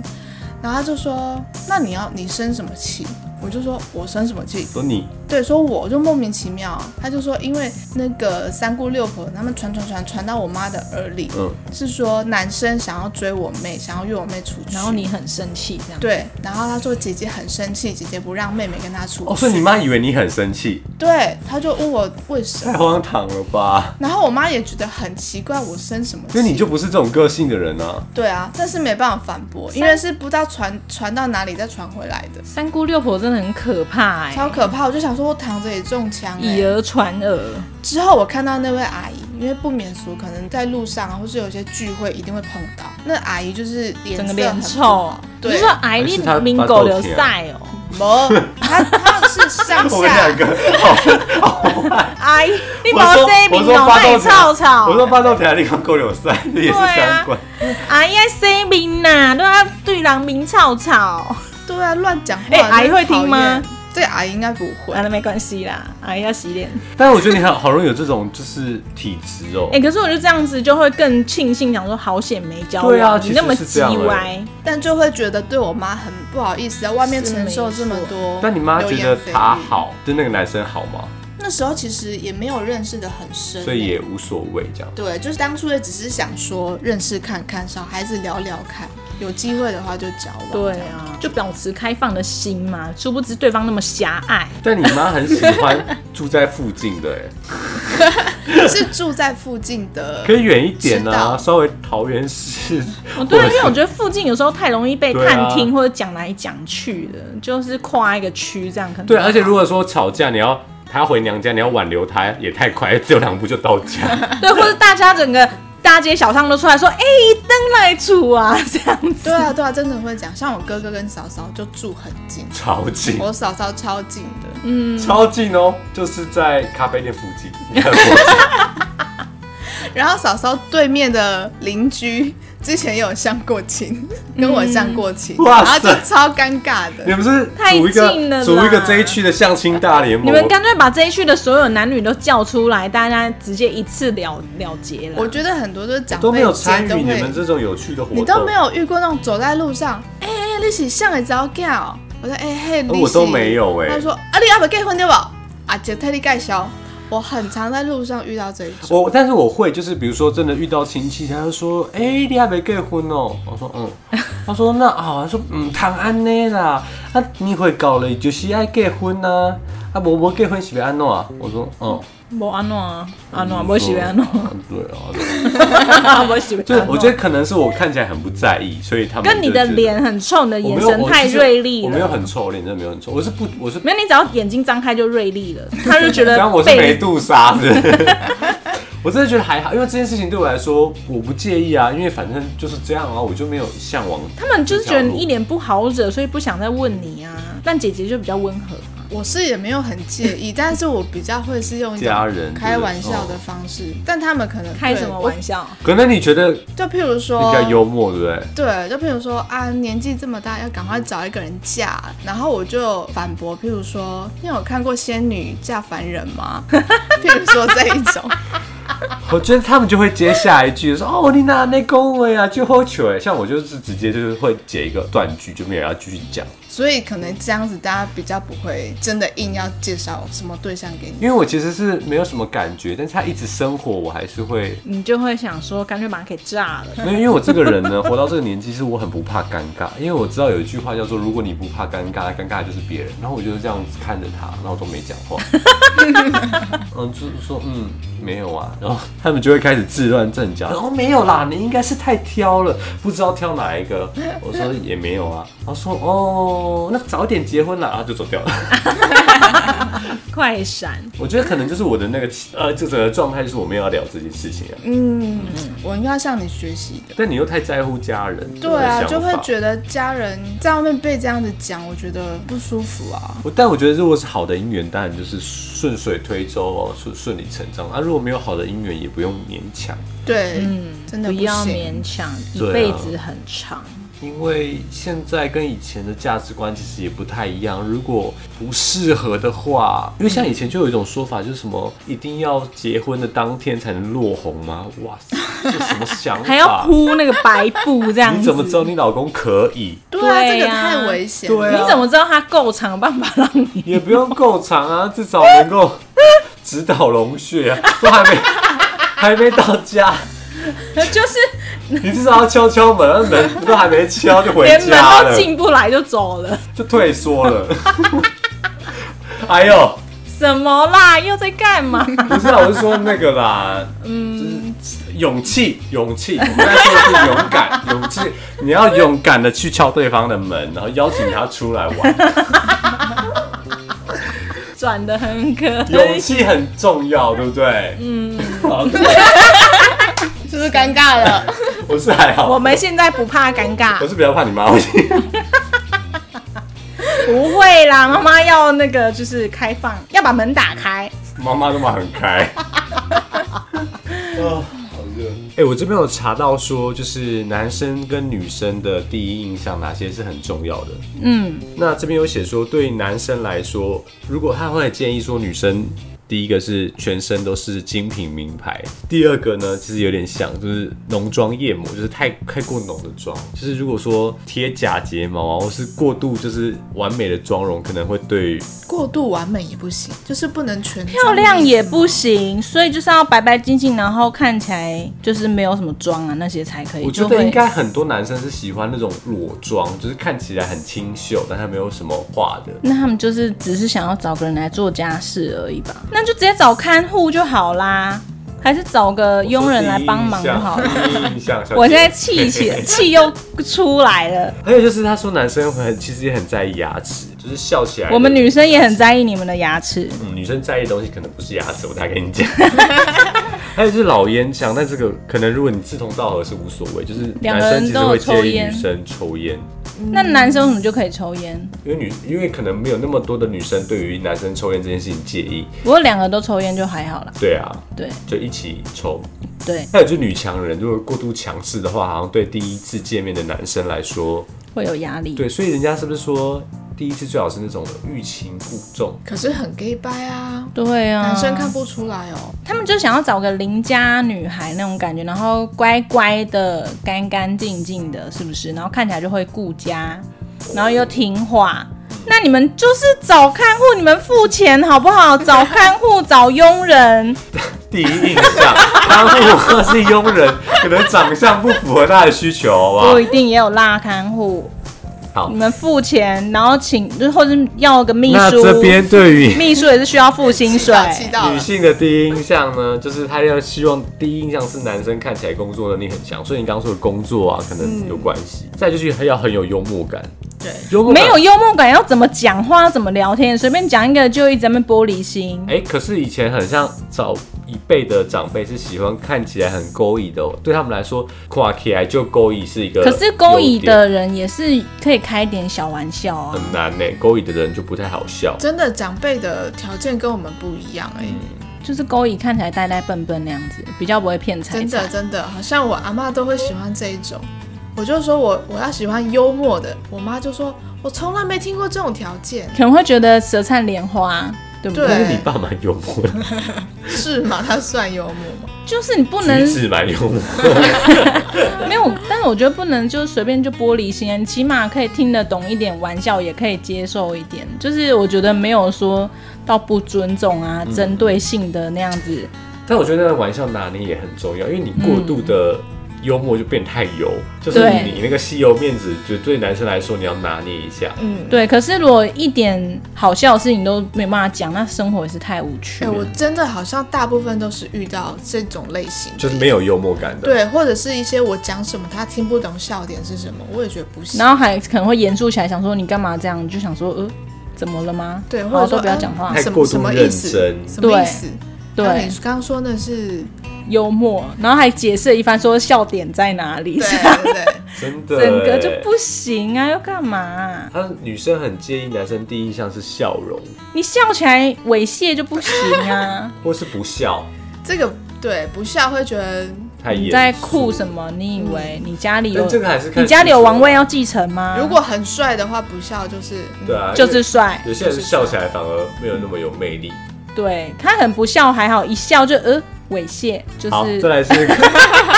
Speaker 3: 然后她就说：“那你要你生什么气？”我就说：“我生什么气？”
Speaker 1: 说你
Speaker 3: 对，说我就莫名其妙，他就说因为那个三姑六婆他们传传传传到我妈的耳里，
Speaker 1: 嗯
Speaker 3: 是说男生想要追我妹，想要约我妹出去，
Speaker 2: 然后你很生气这样。
Speaker 3: 对，然后他说姐姐很生气，姐姐不让妹妹跟他出去，
Speaker 1: 哦，所以你妈以为你很生气，
Speaker 3: 对，他就问我为什
Speaker 1: 太
Speaker 3: 么，
Speaker 1: 荒唐了吧？
Speaker 3: 然后我妈也觉得很奇怪，我生什么气？
Speaker 1: 因为你就不是这种个性的人啊。
Speaker 3: 对啊，但是没办法反驳，因为是不知道传传到哪里再传回来的，
Speaker 2: 三姑六婆真的很可怕哎、
Speaker 3: 超可怕，我就想说我躺着也中枪、欸，
Speaker 2: 以哦讹传讹。
Speaker 3: 之后我看到那位阿姨，因为不免俗，可能在路上啊，或是有些聚会一定会碰到。那阿姨就是脸色
Speaker 2: 整个
Speaker 3: 很
Speaker 2: 脸
Speaker 3: 不
Speaker 2: 臭啊
Speaker 3: 好，
Speaker 2: 你是
Speaker 3: 对
Speaker 2: 说，矮
Speaker 1: 还
Speaker 2: 丽
Speaker 1: 是他
Speaker 2: 民
Speaker 1: 把豆
Speaker 2: 狗
Speaker 1: 啊
Speaker 2: 流
Speaker 1: 舔
Speaker 2: 赛哦？
Speaker 3: 不，她她是上
Speaker 1: 我们两
Speaker 3: 下，
Speaker 1: 个，哦、
Speaker 2: 哎，你
Speaker 1: 我
Speaker 2: 把
Speaker 1: 说
Speaker 2: 塞
Speaker 1: 我
Speaker 2: 民
Speaker 1: 说
Speaker 2: 哦，
Speaker 1: 发
Speaker 2: 那
Speaker 1: 豆
Speaker 2: 你
Speaker 1: 田
Speaker 2: 吵吵
Speaker 1: 我。说霸道台你跟狗有赛，这也是三观。
Speaker 2: 阿姨塞民呐，都要对人民吵 吵。
Speaker 3: 对啊，乱讲话。
Speaker 2: 哎
Speaker 3: 真的
Speaker 2: 阿姨会听吗
Speaker 3: 讨厌？这个阿姨应该不会
Speaker 2: 啊，。那没关系啦，阿姨要洗脸。
Speaker 1: 但是我觉得你好好容易有这种就是体质哦
Speaker 2: 哎、。可是我就这样子就会更庆幸，想说好险没交往，
Speaker 1: 对啊
Speaker 2: 你那么
Speaker 1: 其实是这
Speaker 2: 叽
Speaker 1: 样欸
Speaker 2: 歪，
Speaker 3: 但就会觉得对我妈很不好意思，在外面
Speaker 2: 是
Speaker 3: 承受
Speaker 2: 没
Speaker 3: 这么
Speaker 2: 错
Speaker 3: 多。
Speaker 1: 但你妈觉得他？好，就那个男生好吗？
Speaker 3: 那时候其实也没有认识的很深，欸
Speaker 1: 所以也无所谓这样。
Speaker 3: 对，就是当初也只是想说认识看看，小孩子聊聊看，有机会的话就交往。
Speaker 2: 对啊，就保持开放的心嘛，殊不知对方那么狭隘。
Speaker 1: 但你妈很喜欢住在附近的，哎，
Speaker 3: 是住在附近的
Speaker 1: 可以远一点
Speaker 3: 知
Speaker 1: 啊，
Speaker 3: 道
Speaker 1: 稍微桃园市。
Speaker 2: 哦，对
Speaker 1: 或
Speaker 2: 啊，因
Speaker 1: 者是
Speaker 2: 为我觉得附近有时候太容易被
Speaker 1: 对啊
Speaker 2: 探听、或者讲来讲去的，就是跨一个区这样可能。
Speaker 1: 对，而且如果说吵架，你要他回娘家，你要挽留他也太快，只有两步就到 家。
Speaker 2: 对，或者大家整个大街小巷都出来说：“哎、灯来煮啊！”这样子。
Speaker 3: 对啊，对啊，真的会讲。像我哥哥跟嫂嫂就住很近，
Speaker 1: 超近，
Speaker 3: 我嫂嫂超近的。
Speaker 2: 嗯
Speaker 1: 超近哦，就是在咖啡店附近。
Speaker 3: 然后嫂嫂对面的邻居之前也有相过亲，跟我相过亲，
Speaker 1: 嗯哇
Speaker 3: 然后就
Speaker 1: 塞
Speaker 3: 超尴尬的
Speaker 1: 你。们是
Speaker 2: 太
Speaker 1: 组一
Speaker 2: 近了
Speaker 1: 个
Speaker 2: 啦
Speaker 1: 组一个这一区的相亲大联盟？
Speaker 2: 你们干脆把这一区的所有男女都叫出来，大家直接一次了了结了。
Speaker 3: 我觉得很多就是长
Speaker 1: 都没
Speaker 3: 辈
Speaker 1: 有参
Speaker 3: 间
Speaker 1: 与
Speaker 3: 都
Speaker 1: 你们
Speaker 3: 会，
Speaker 1: 这种有趣的活动，
Speaker 3: 你都没有遇过那种走在路上，哎哎，你是像个糟糕。我说哎嘿，你
Speaker 1: 哦我
Speaker 3: 是
Speaker 1: 都没有哎
Speaker 3: 他说啊，你要不要结婚对吧？啊，就替你介绍。我很常在路上遇到这一种，
Speaker 1: 我，但是我会，就是比如说真的遇到亲戚，他就说：“哎、你还没结婚哦？”我说：“ 嗯。”他说：“那啊、他说嗯，谈安尼啦，啊，你会搞了就是爱结婚呐、啊，啊，无无结婚是要安怎啊？”我说：“嗯，
Speaker 2: 无安怎啊安怎无喜欢安怎，
Speaker 1: 对啊，对啊
Speaker 2: 无喜欢。
Speaker 1: 就是我觉得可能是我看起来很不在意，所以他们
Speaker 2: 跟你
Speaker 1: 就
Speaker 2: 的
Speaker 1: 觉得
Speaker 2: 脸很臭，你的
Speaker 1: 我
Speaker 2: 眼
Speaker 1: 没有
Speaker 2: 神
Speaker 1: 我
Speaker 2: 太
Speaker 1: 其实
Speaker 2: 锐利
Speaker 1: 我没有
Speaker 2: 了。
Speaker 1: 很臭，脸真的没有很臭，我是不我是
Speaker 2: 没有，你只要眼睛张开就锐 利了，他就觉得
Speaker 1: 然后我是梅
Speaker 2: 被
Speaker 1: 杜莎是不是 我真的觉得还好，因为这件事情对我来说我不介意啊，因为反正就是这样啊，我就没有向往。
Speaker 2: 他们就是觉得你一脸不好惹，所以不想再问你啊。但姐姐就比较温和嘛，
Speaker 3: 我是也没有很介 意，但是我比较会是用一
Speaker 1: 家
Speaker 3: 种
Speaker 1: 人哦
Speaker 3: 开玩笑的方式，但他们可能
Speaker 2: 开什么玩
Speaker 3: 笑？
Speaker 2: 笑？
Speaker 1: 可能你觉得你
Speaker 3: 我就譬如
Speaker 1: 比较
Speaker 3: 说，
Speaker 1: 幽默，对不对？
Speaker 3: 对，就譬如说啊，年纪这么大，要赶快找一个人嫁，然后我就反驳，譬如说，你有看过仙女嫁凡人 吗？譬如说这一种，
Speaker 1: 我觉得他们就会接下一句说：“哦，你哪那恭维啊，就好球哎。”像我就是直接就是会解一个断句，就没有人要继续讲。
Speaker 3: 所以可能这样子大家比较不会真的硬要介绍什么对象给你。
Speaker 1: 因为我其实是没有什么感觉，但是他一直生活，我还是会。
Speaker 2: 你就会想说，干脆把他给炸 了。
Speaker 1: 没有，因为我这个人呢，活到这个年纪，是我很不怕尴尬。因为我知道有一句话叫做“如果你不怕尴尬，尴尬就是别人”。然后我就是这样子看着他，然后我都没讲话。 嗯，就是说嗯，没有啊。然后他们就会开始自乱阵脚。然后没有啦，你应该是太挑了，不知道挑哪一个。我说也没有啊。然后说哦，那早点结婚啦，然后就走掉了。
Speaker 2: 快闪！
Speaker 1: 我觉得可能就是我的那个气呃，这整个状态就是我没有要聊这件事情啊。
Speaker 3: 嗯，我应该向你学习的。
Speaker 1: 但你又太在乎家人，
Speaker 3: 对啊，就会
Speaker 1: 得。
Speaker 3: 觉得家人在外面被这样子讲，我觉得不舒服啊。
Speaker 1: 我但我觉得，如果是好的姻缘，当然就是顺水推舟哦，顺顺理成章。啊，如果没有好的姻缘，也不用勉强，
Speaker 3: 对，
Speaker 2: 嗯，
Speaker 3: 真的
Speaker 2: 不
Speaker 3: 不
Speaker 2: 要
Speaker 3: 行
Speaker 2: 勉强，一
Speaker 1: 对啊
Speaker 2: 辈子很长。
Speaker 1: 因为现在跟以前的价值观其实也不太一样。如果不适合的话，因为像以前就有一种说法，就是什么一定要结婚的当天才能落红吗？哇塞，这什么想法？
Speaker 2: 还要铺那个白布这样子。
Speaker 1: 你怎么知道你老公可以？
Speaker 3: 对啊，这
Speaker 2: 对
Speaker 3: 个
Speaker 2: 啊
Speaker 3: 太危险。
Speaker 1: 对啊
Speaker 2: 你怎么知道它够长，有办法让你？
Speaker 1: 也不用够长啊，至少能够指导龙穴啊，都还没还没到家，
Speaker 2: 就是
Speaker 1: 你至少要敲敲门，啊门都还没敲就回
Speaker 2: 连门
Speaker 1: 家
Speaker 2: 都
Speaker 1: 了，
Speaker 2: 进不来就走了，
Speaker 1: 就退缩了。 哎呦，
Speaker 2: 什么啦？又在 干嘛？
Speaker 1: 不是啊，我是说那个啦，嗯，勇气，勇气，我们在说的是勇 敢，勇气，你要勇敢的去敲对方的门，然后邀请他出来 玩，
Speaker 2: 转的很可
Speaker 1: 勇
Speaker 2: 以。
Speaker 1: 气很重要，对不对？嗯，好，
Speaker 3: 是不是尴尬了？
Speaker 1: 我是还好，
Speaker 2: 我们现在不怕尴
Speaker 1: 我
Speaker 2: 尬，
Speaker 1: 是比较怕你妈会。
Speaker 2: 不会啦。妈妈要那个就是开放，要把门打开。
Speaker 1: 妈妈都骂很开。啊，好热！哎、我这边有查到说，就是男生跟女生的第一印象哪些是很重要的。
Speaker 2: 嗯，
Speaker 1: 那这边有写说，对男生来说，如果他会建议说，女生第一个是全身都是精品名牌，第二个呢，其实有点像，就是浓妆艳抹，就是太太过浓的妆，就是如果说贴假睫毛啊，或是过度就是完美的妆容，可能会对
Speaker 3: 过度完美也不行，就是不能全
Speaker 2: 漂亮也不行，所以就是要白白净净，然后看起来就是没有什么妆啊那些才可以。
Speaker 1: 我觉
Speaker 2: 就
Speaker 1: 得
Speaker 2: 会
Speaker 1: 应该很多男生是喜欢那种裸妆，就是看起来很清秀，但他没有什么画的。
Speaker 2: 那他们就是只是想要找个人来做家事而已吧？那就直接找看护就好啦，还是找个佣人来帮忙就好
Speaker 1: 了
Speaker 2: 了。。
Speaker 1: 第一印象，小姐
Speaker 2: 我现在气起 来，气又出来了。
Speaker 1: 还有就是他说男生很其实也很在意牙齿，就是笑起来的。
Speaker 2: 我们女生也很在意你们的牙齿，
Speaker 1: 嗯女生在意的东西可能不是牙齿，我才跟你讲。 还有就是老烟枪，但这个可能如果你志同道合是无所谓，就是
Speaker 2: 两
Speaker 1: 男
Speaker 2: 个
Speaker 1: 生
Speaker 2: 人
Speaker 1: 其实
Speaker 2: 都有
Speaker 1: 会
Speaker 2: 抽
Speaker 1: 建议
Speaker 2: 烟
Speaker 1: 女生抽烟，
Speaker 2: 那男生怎么就可以抽烟？
Speaker 1: 因为女因为可能没有那么多的女生对于男生抽烟这件事情介意。
Speaker 2: 不过两个都抽烟就还好啦。
Speaker 1: 对啊，
Speaker 2: 对
Speaker 1: 就一起抽。
Speaker 2: 对，
Speaker 1: 还有就是女强人，如果过度强势的话，好像对第一次见面的男生来说，
Speaker 2: 会有压力。
Speaker 1: 对，所以人家是不是说第一次最好是那种欲擒故纵？
Speaker 3: 可是很 gay 拜啊，
Speaker 2: 对啊，
Speaker 3: 男生看不出来哦。
Speaker 2: 他们就想要找个邻家女孩那种感觉，然后乖乖的、干干净净的，是不是？然后看起来就会顾家，然后又听话。那你们就是找看护，你们付钱好不好？找看护，找佣人，
Speaker 1: 第一印象，看护或是佣人，可能长相不符合他的需求，好不好
Speaker 2: 不？一定也有辣看护。
Speaker 1: 好
Speaker 2: 你们付钱，然后请，就或者要个秘
Speaker 1: 那
Speaker 2: 书，
Speaker 1: 这边对于
Speaker 2: 秘书也是需要付薪水。
Speaker 3: 气到
Speaker 1: 女
Speaker 3: 了，
Speaker 1: 性的第一印象呢，就是她要希望第一印象是男生看起来工作能力很强，所以你刚刚说的工作啊，可
Speaker 2: 嗯
Speaker 1: 能有关系。再就是还要很有幽默感，
Speaker 3: 对，
Speaker 1: 幽默
Speaker 2: 没
Speaker 1: 感
Speaker 2: 有幽默感，要怎么讲话，要怎么聊天，随便讲一个就一直在那边玻璃心。
Speaker 1: 哎、可是以前很像早一辈的长辈是喜欢看起来很勾引的、哦，对他们来说，跨起来就勾引是一个。
Speaker 2: 可是勾引的人也是可以开点小玩笑啊
Speaker 1: 很。难呢、勾引的人就不太好笑。
Speaker 3: 真的长辈的条件跟我们不一样哎、
Speaker 2: 就是勾引看起来呆呆笨笨那样子，比较不会骗财
Speaker 3: 真的
Speaker 2: 产。
Speaker 3: 真的，好像我阿妈都会喜欢这一种。我就说我我要喜欢幽默的，我妈就说我从来没听过这种条件，
Speaker 2: 可能会觉得舌灿莲花，对不对？
Speaker 1: 但
Speaker 3: 对
Speaker 1: 是你爸蛮幽默的，
Speaker 3: 是吗？ 她算幽默吗？
Speaker 2: 就是你不能
Speaker 1: 举止蛮幽默。
Speaker 2: 没有，但是我觉得不能就是随便就玻璃心，你起码可以听得懂一点玩笑，也可以接受一点。就是我觉得没有说到不尊重啊、针对性的那样子。
Speaker 1: 但我觉得那个玩笑拿捏也很重要，因为你过度的幽默就变太油，就是
Speaker 2: 嗯对
Speaker 1: 你那个吸油面子，就对男生来说你要拿捏一下。
Speaker 3: 嗯，
Speaker 2: 对，可是如果一点好笑的事情都没办法讲，那生活也是太无趣
Speaker 3: 哎、
Speaker 2: 了。
Speaker 3: 我真的好像大部分都是遇到这种类型的，
Speaker 1: 就是没有幽默感的，
Speaker 3: 对，或者是一些我讲什么她听不懂笑点是什么，我也觉得不行
Speaker 2: 然。后还可能会严肃起来，想说你干嘛这样？你就想说，呃，怎么了吗？
Speaker 3: 对，
Speaker 2: 然
Speaker 3: 或
Speaker 2: 后
Speaker 3: 者说
Speaker 2: 都不要
Speaker 3: 嗯
Speaker 2: 讲话。
Speaker 1: 太
Speaker 3: 什
Speaker 1: 过
Speaker 3: 么
Speaker 1: 度
Speaker 3: 什么
Speaker 1: 认
Speaker 3: 意思？啊
Speaker 1: 真
Speaker 3: 什么
Speaker 2: 对
Speaker 3: 意思？那
Speaker 2: 对
Speaker 3: 你，刚刚说那是
Speaker 2: 幽默，然后还解释了一番说笑点在哪里，
Speaker 3: 对对对，
Speaker 1: 真的
Speaker 2: 整
Speaker 1: 欸，
Speaker 2: 个就不行啊，要干嘛啊、
Speaker 1: 他女生很介意男生第一印象是笑容，
Speaker 2: 你笑起来猥亵就不行啊！
Speaker 1: 或是不笑，
Speaker 3: 这个对不笑会觉得
Speaker 1: 太严
Speaker 2: 你
Speaker 1: 肃
Speaker 2: 在酷什么？你
Speaker 3: 嗯
Speaker 2: 以为你家里有
Speaker 1: 但这个还是看
Speaker 2: 你家里有王位
Speaker 1: 啊，
Speaker 2: 要继承吗？
Speaker 3: 如果很帅的话不笑就是嗯
Speaker 1: 对啊，
Speaker 2: 就
Speaker 1: 因
Speaker 2: 是
Speaker 1: 为
Speaker 2: 帅，
Speaker 1: 有些人笑起来反而没有那么有魅力。
Speaker 2: 对他很不笑还好，一笑就呃猥亵，就
Speaker 1: 好，
Speaker 2: 是
Speaker 1: 再来 是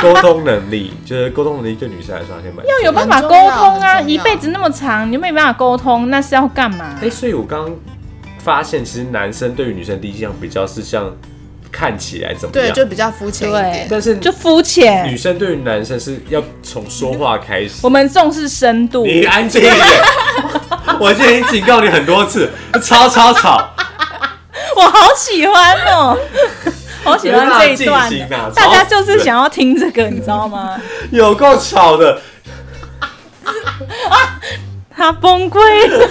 Speaker 1: 沟通能力，就是沟通能力对女生来说还是蛮
Speaker 2: 要有办法沟
Speaker 3: 很
Speaker 2: 通
Speaker 3: 重要
Speaker 2: 啊！
Speaker 3: 很重要
Speaker 2: 一辈子那么长，你就没办法沟通，那是要干嘛
Speaker 1: 哎、？所以我刚刚发现，其实男生对于女生第一印象比较是像看起来怎么
Speaker 3: 对
Speaker 1: 样，
Speaker 3: 就比较肤浅一点。
Speaker 1: 但是
Speaker 2: 就肤
Speaker 1: 女
Speaker 2: 浅。
Speaker 1: 生对于男生是要从说话开始
Speaker 2: 我。们重视深度，
Speaker 1: 你安静一 点，我已经警告你很多次，吵吵吵，
Speaker 2: 我好喜欢 哦，好喜欢这一段
Speaker 1: 没办法进行啊
Speaker 2: 哦。大家就是想要听这个，你知道吗？
Speaker 1: 有够吵的。
Speaker 2: 他崩溃了。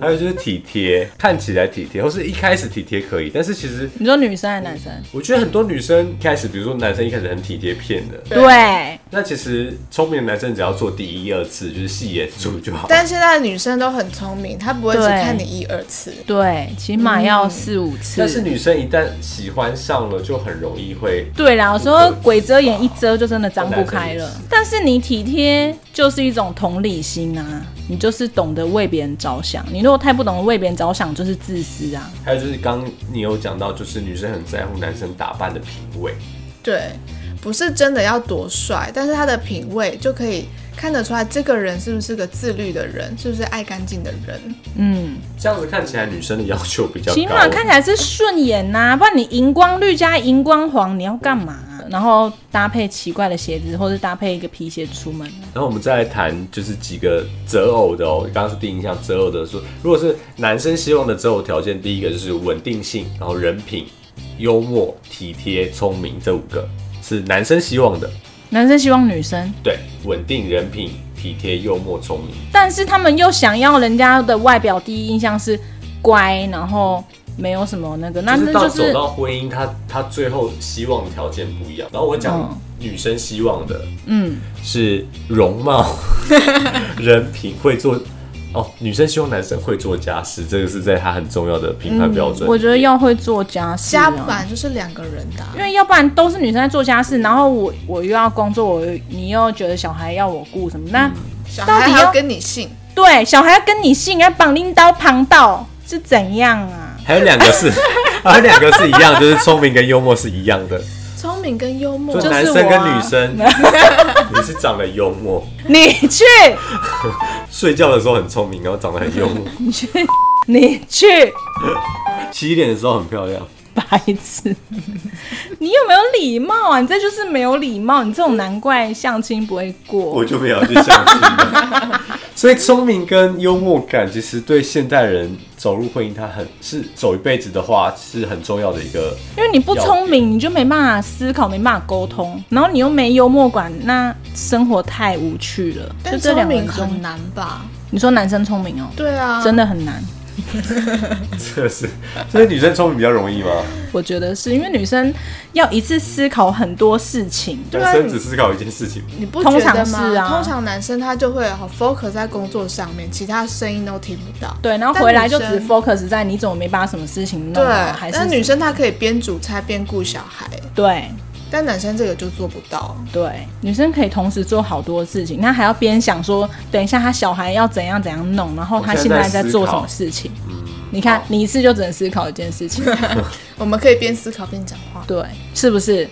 Speaker 1: 还有就是体贴，看起来体贴，或是一开始体贴可以，但是其实
Speaker 2: 你说女生还是男生？
Speaker 1: 我觉得很多女生一开始，比如说男生一开始很体贴骗的，
Speaker 3: 对
Speaker 2: 对，
Speaker 1: 那其实聪明的男生只要做第一二次，就是戏演住就好。
Speaker 3: 但现在的女生都很聪明，她不会只
Speaker 2: 对
Speaker 3: 看你一二次。
Speaker 2: 对，起码要四五次。
Speaker 1: 但是女生一旦喜欢上了，就很容易会
Speaker 2: 对啦，我说鬼遮眼一遮就真的张不开了
Speaker 1: 很难理。
Speaker 2: 但是你体贴就是一种同理心啊，你就是懂得为别人着想。你如果太不懂得为别人着想，就是自私啊。
Speaker 1: 还有就是刚你有讲到，就是女生很在乎男生打扮的品味，
Speaker 3: 对，不是真的要多帅，但是他的品味就可以看得出来，这个人是不是个自律的人，是不是爱干净的人。
Speaker 2: 嗯，
Speaker 1: 这样子看起来女生的要求比较高。
Speaker 2: 起码看起来是顺眼呐、不然你荧光绿加荧光黄，你要干嘛、啊然后搭配奇怪的鞋子，或是搭配一个皮鞋出门。
Speaker 1: 然后我们再来谈就是几个择偶的哦，刚刚是第一印象择偶的说，如果是男生希望的择偶条件，第一个就是稳定性，然后人品、幽默、体贴、聪明这五个是男生希望的。
Speaker 2: 男生希望女生，
Speaker 1: 对，稳定、人品、体贴、幽默、聪明。
Speaker 2: 但是他们又想要人家的外表第一印象是乖，然后没有什么那个，那
Speaker 1: 就
Speaker 2: 这
Speaker 1: 是到
Speaker 2: 就
Speaker 1: 走
Speaker 2: 是
Speaker 1: 到婚姻，他他最后希望的条件不一样。然后我讲
Speaker 2: 嗯
Speaker 1: 女生希望的
Speaker 2: 嗯。
Speaker 1: 是容貌、 人品、会做。哦，女生希望男生会做家事，这个是在她很重要的评判标准里面、
Speaker 2: 嗯我觉得要会做家事、
Speaker 3: 家
Speaker 2: 啊，
Speaker 3: 本来就是两个人的啊、
Speaker 2: 因为要不然都是女生在做家事，然后我我又要工作，我又你又觉得小孩要我顾什么？那、
Speaker 1: 嗯
Speaker 3: 小
Speaker 2: 啊到
Speaker 3: 孩
Speaker 2: 底
Speaker 3: 还
Speaker 2: 要
Speaker 3: 要跟你姓，
Speaker 2: 对小孩要跟你姓，要绑拎刀旁道是怎样啊？
Speaker 1: 还有两个是，还有两个是一样，就是聪明跟幽默是一样的，
Speaker 3: 聪明跟幽默
Speaker 1: 就
Speaker 2: 就是
Speaker 1: 男生
Speaker 2: 我
Speaker 1: 跟
Speaker 2: 啊
Speaker 1: 女生，你是长得幽默，
Speaker 2: 你去，
Speaker 1: 睡觉的时候很聪明，然后长得很幽默，
Speaker 2: 你去，你去，
Speaker 1: 洗脸的时候很漂亮。
Speaker 2: 白痴！你有没有礼貌啊？你这就是没有礼貌，你这种难怪相亲不会过
Speaker 1: 我。就没有去相亲了。所以聪明跟幽默感，其实对现代人走入婚姻，它很是走一辈子的话，是很重要的一个。
Speaker 2: 因为你不聪明，你就没办法思考，没办法沟通，然后你又没幽默感，那生活太无趣了。就
Speaker 3: 但
Speaker 2: 这
Speaker 3: 聪
Speaker 2: 两个
Speaker 3: 明
Speaker 2: 人中
Speaker 3: 很难吧？
Speaker 2: 你说男生聪明哦，
Speaker 3: 对啊，
Speaker 2: 真的很难。
Speaker 1: 这是，所以女生聪明比较容易吗？
Speaker 2: 我觉得是因为女生要一次思考很多事情，
Speaker 3: 啊
Speaker 1: 男生只思考一件事情，
Speaker 3: 你不觉得
Speaker 2: 通常
Speaker 3: 吗？
Speaker 2: 是啊
Speaker 3: 通常男生他就会好 focus 在工作上面，其他声音都听不到。
Speaker 2: 对，然后回来就
Speaker 3: 但
Speaker 2: 只
Speaker 3: 女生
Speaker 2: focus 在你怎么没把什么事情弄
Speaker 3: 对
Speaker 2: 好，还，是
Speaker 3: 但女生她可以边煮菜边顾小孩，
Speaker 2: 对
Speaker 3: 但男生这个就做不到。
Speaker 2: 对，女生可以同时做好多事情，她还要边想说，等一下她小孩要怎样怎样弄，然后她
Speaker 1: 我
Speaker 2: 现
Speaker 1: 现在
Speaker 2: 在在
Speaker 1: 思
Speaker 2: 做什
Speaker 1: 考
Speaker 2: 么事情。
Speaker 1: 嗯
Speaker 2: 你看，你一次就只能思考一件 事情，
Speaker 3: 我们可以边思考边讲话。
Speaker 2: 对，是不是？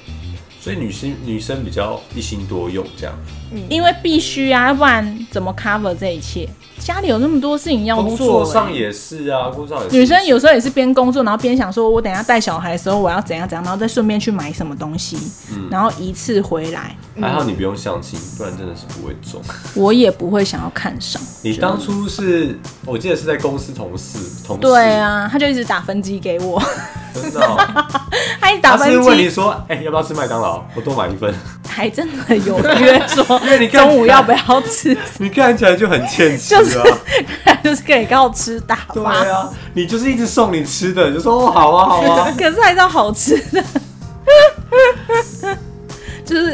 Speaker 1: 所以女性女生比较一心多用这样。
Speaker 2: 因为必须啊，要不然怎么 cover 这一切？家里有那么多事情要
Speaker 1: 工作
Speaker 2: 做、欸，
Speaker 1: 上也是啊，工作上也是。
Speaker 2: 女生有时候也是边工作，然后边想说，我等一下带小孩的时候我要怎样怎样，然后再顺便去买什么东西，
Speaker 1: 嗯
Speaker 2: 然后一次回来，
Speaker 1: 还好你不用相亲，不然真的是不会中。
Speaker 2: 我也不会想要看上。
Speaker 1: 你当初是我记得是在公司同事同事，
Speaker 2: 对，啊，他就一直打分机给我，
Speaker 1: 真的哦、
Speaker 2: 他一直打
Speaker 1: 他
Speaker 2: 分
Speaker 1: 是问你
Speaker 2: 机，
Speaker 1: 说，哎、要不要吃麦当劳？我多买一份。
Speaker 2: 还真的有约说
Speaker 1: 你看
Speaker 2: 中午要不要 吃，
Speaker 1: 你看起来就很欠吃啊，
Speaker 2: 就是 就是可以告吃打
Speaker 1: 对
Speaker 2: 发，
Speaker 1: 啊，你就是一直送你吃的，你就说哦好啊好啊，
Speaker 2: 可是还是要好吃的。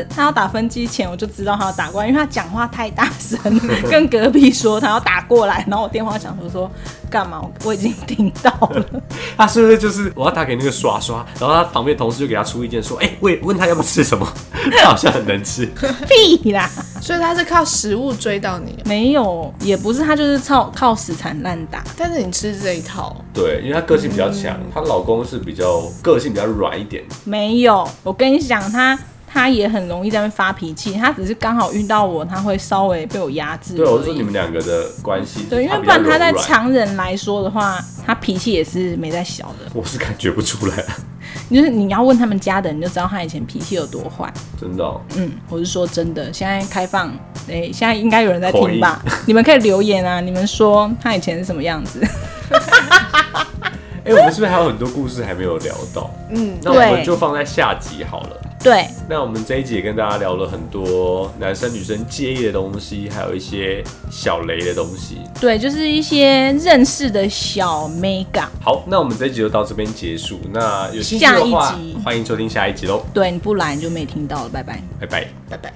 Speaker 2: 他要打分机前，我就知道他要打过来，因为他讲话太大 声，跟隔壁说他要打过来，然后我电话响说说干嘛？我已经听到 了，
Speaker 1: 他是不是就是我要打给那个刷刷，然后他旁边同事就给他出意见说，哎、问问他要不要吃什么， 他好像很能吃，
Speaker 2: 屁啦，
Speaker 3: 所以他是靠食物追到你，
Speaker 2: 没有，也不是他就是靠靠死缠烂打，
Speaker 3: 但是你吃这一套，
Speaker 1: 对，因为她个性比较强，她老公是比较个性比较软一点，
Speaker 2: 没有。我跟你讲，他他也很容易在那边发脾气，他只是刚好遇到我，他会稍微被我压制而已。
Speaker 1: 对，我是说你们两个的关系，
Speaker 2: 对，因为
Speaker 1: 她
Speaker 2: 不
Speaker 1: 比较
Speaker 2: 然他在
Speaker 1: 柔软
Speaker 2: 常人来说的话，他脾气也是没在小的。
Speaker 1: 我是感觉不出来，啊
Speaker 2: 就是你要问他们家的人，你就知道他以前脾气有多坏。
Speaker 1: 真的哦、
Speaker 2: 嗯，我是说真的，现在开放，哎、现在应该有人在
Speaker 1: 口
Speaker 2: 听吧？ 你们可以留言啊，你们说他以前是什么样子？
Speaker 1: 哎、我们是不是还有很多故事还没有聊到？
Speaker 3: 嗯，
Speaker 1: 那我们
Speaker 2: 对
Speaker 1: 就放在下集好了。
Speaker 2: 对，
Speaker 1: 那我们这一集也跟大家聊了很多男生女生介意的东西，还有一些小雷的东西。
Speaker 2: 对，就是一些认识的小 mega。
Speaker 1: 好，那我们这一集就到这边结束。那有兴趣
Speaker 2: 下
Speaker 1: 的
Speaker 2: 一
Speaker 1: 话
Speaker 2: 集，
Speaker 1: 欢迎收听下一集喽，
Speaker 2: 对，你不来你就没听到了，拜拜。
Speaker 1: 拜拜。
Speaker 3: 拜拜。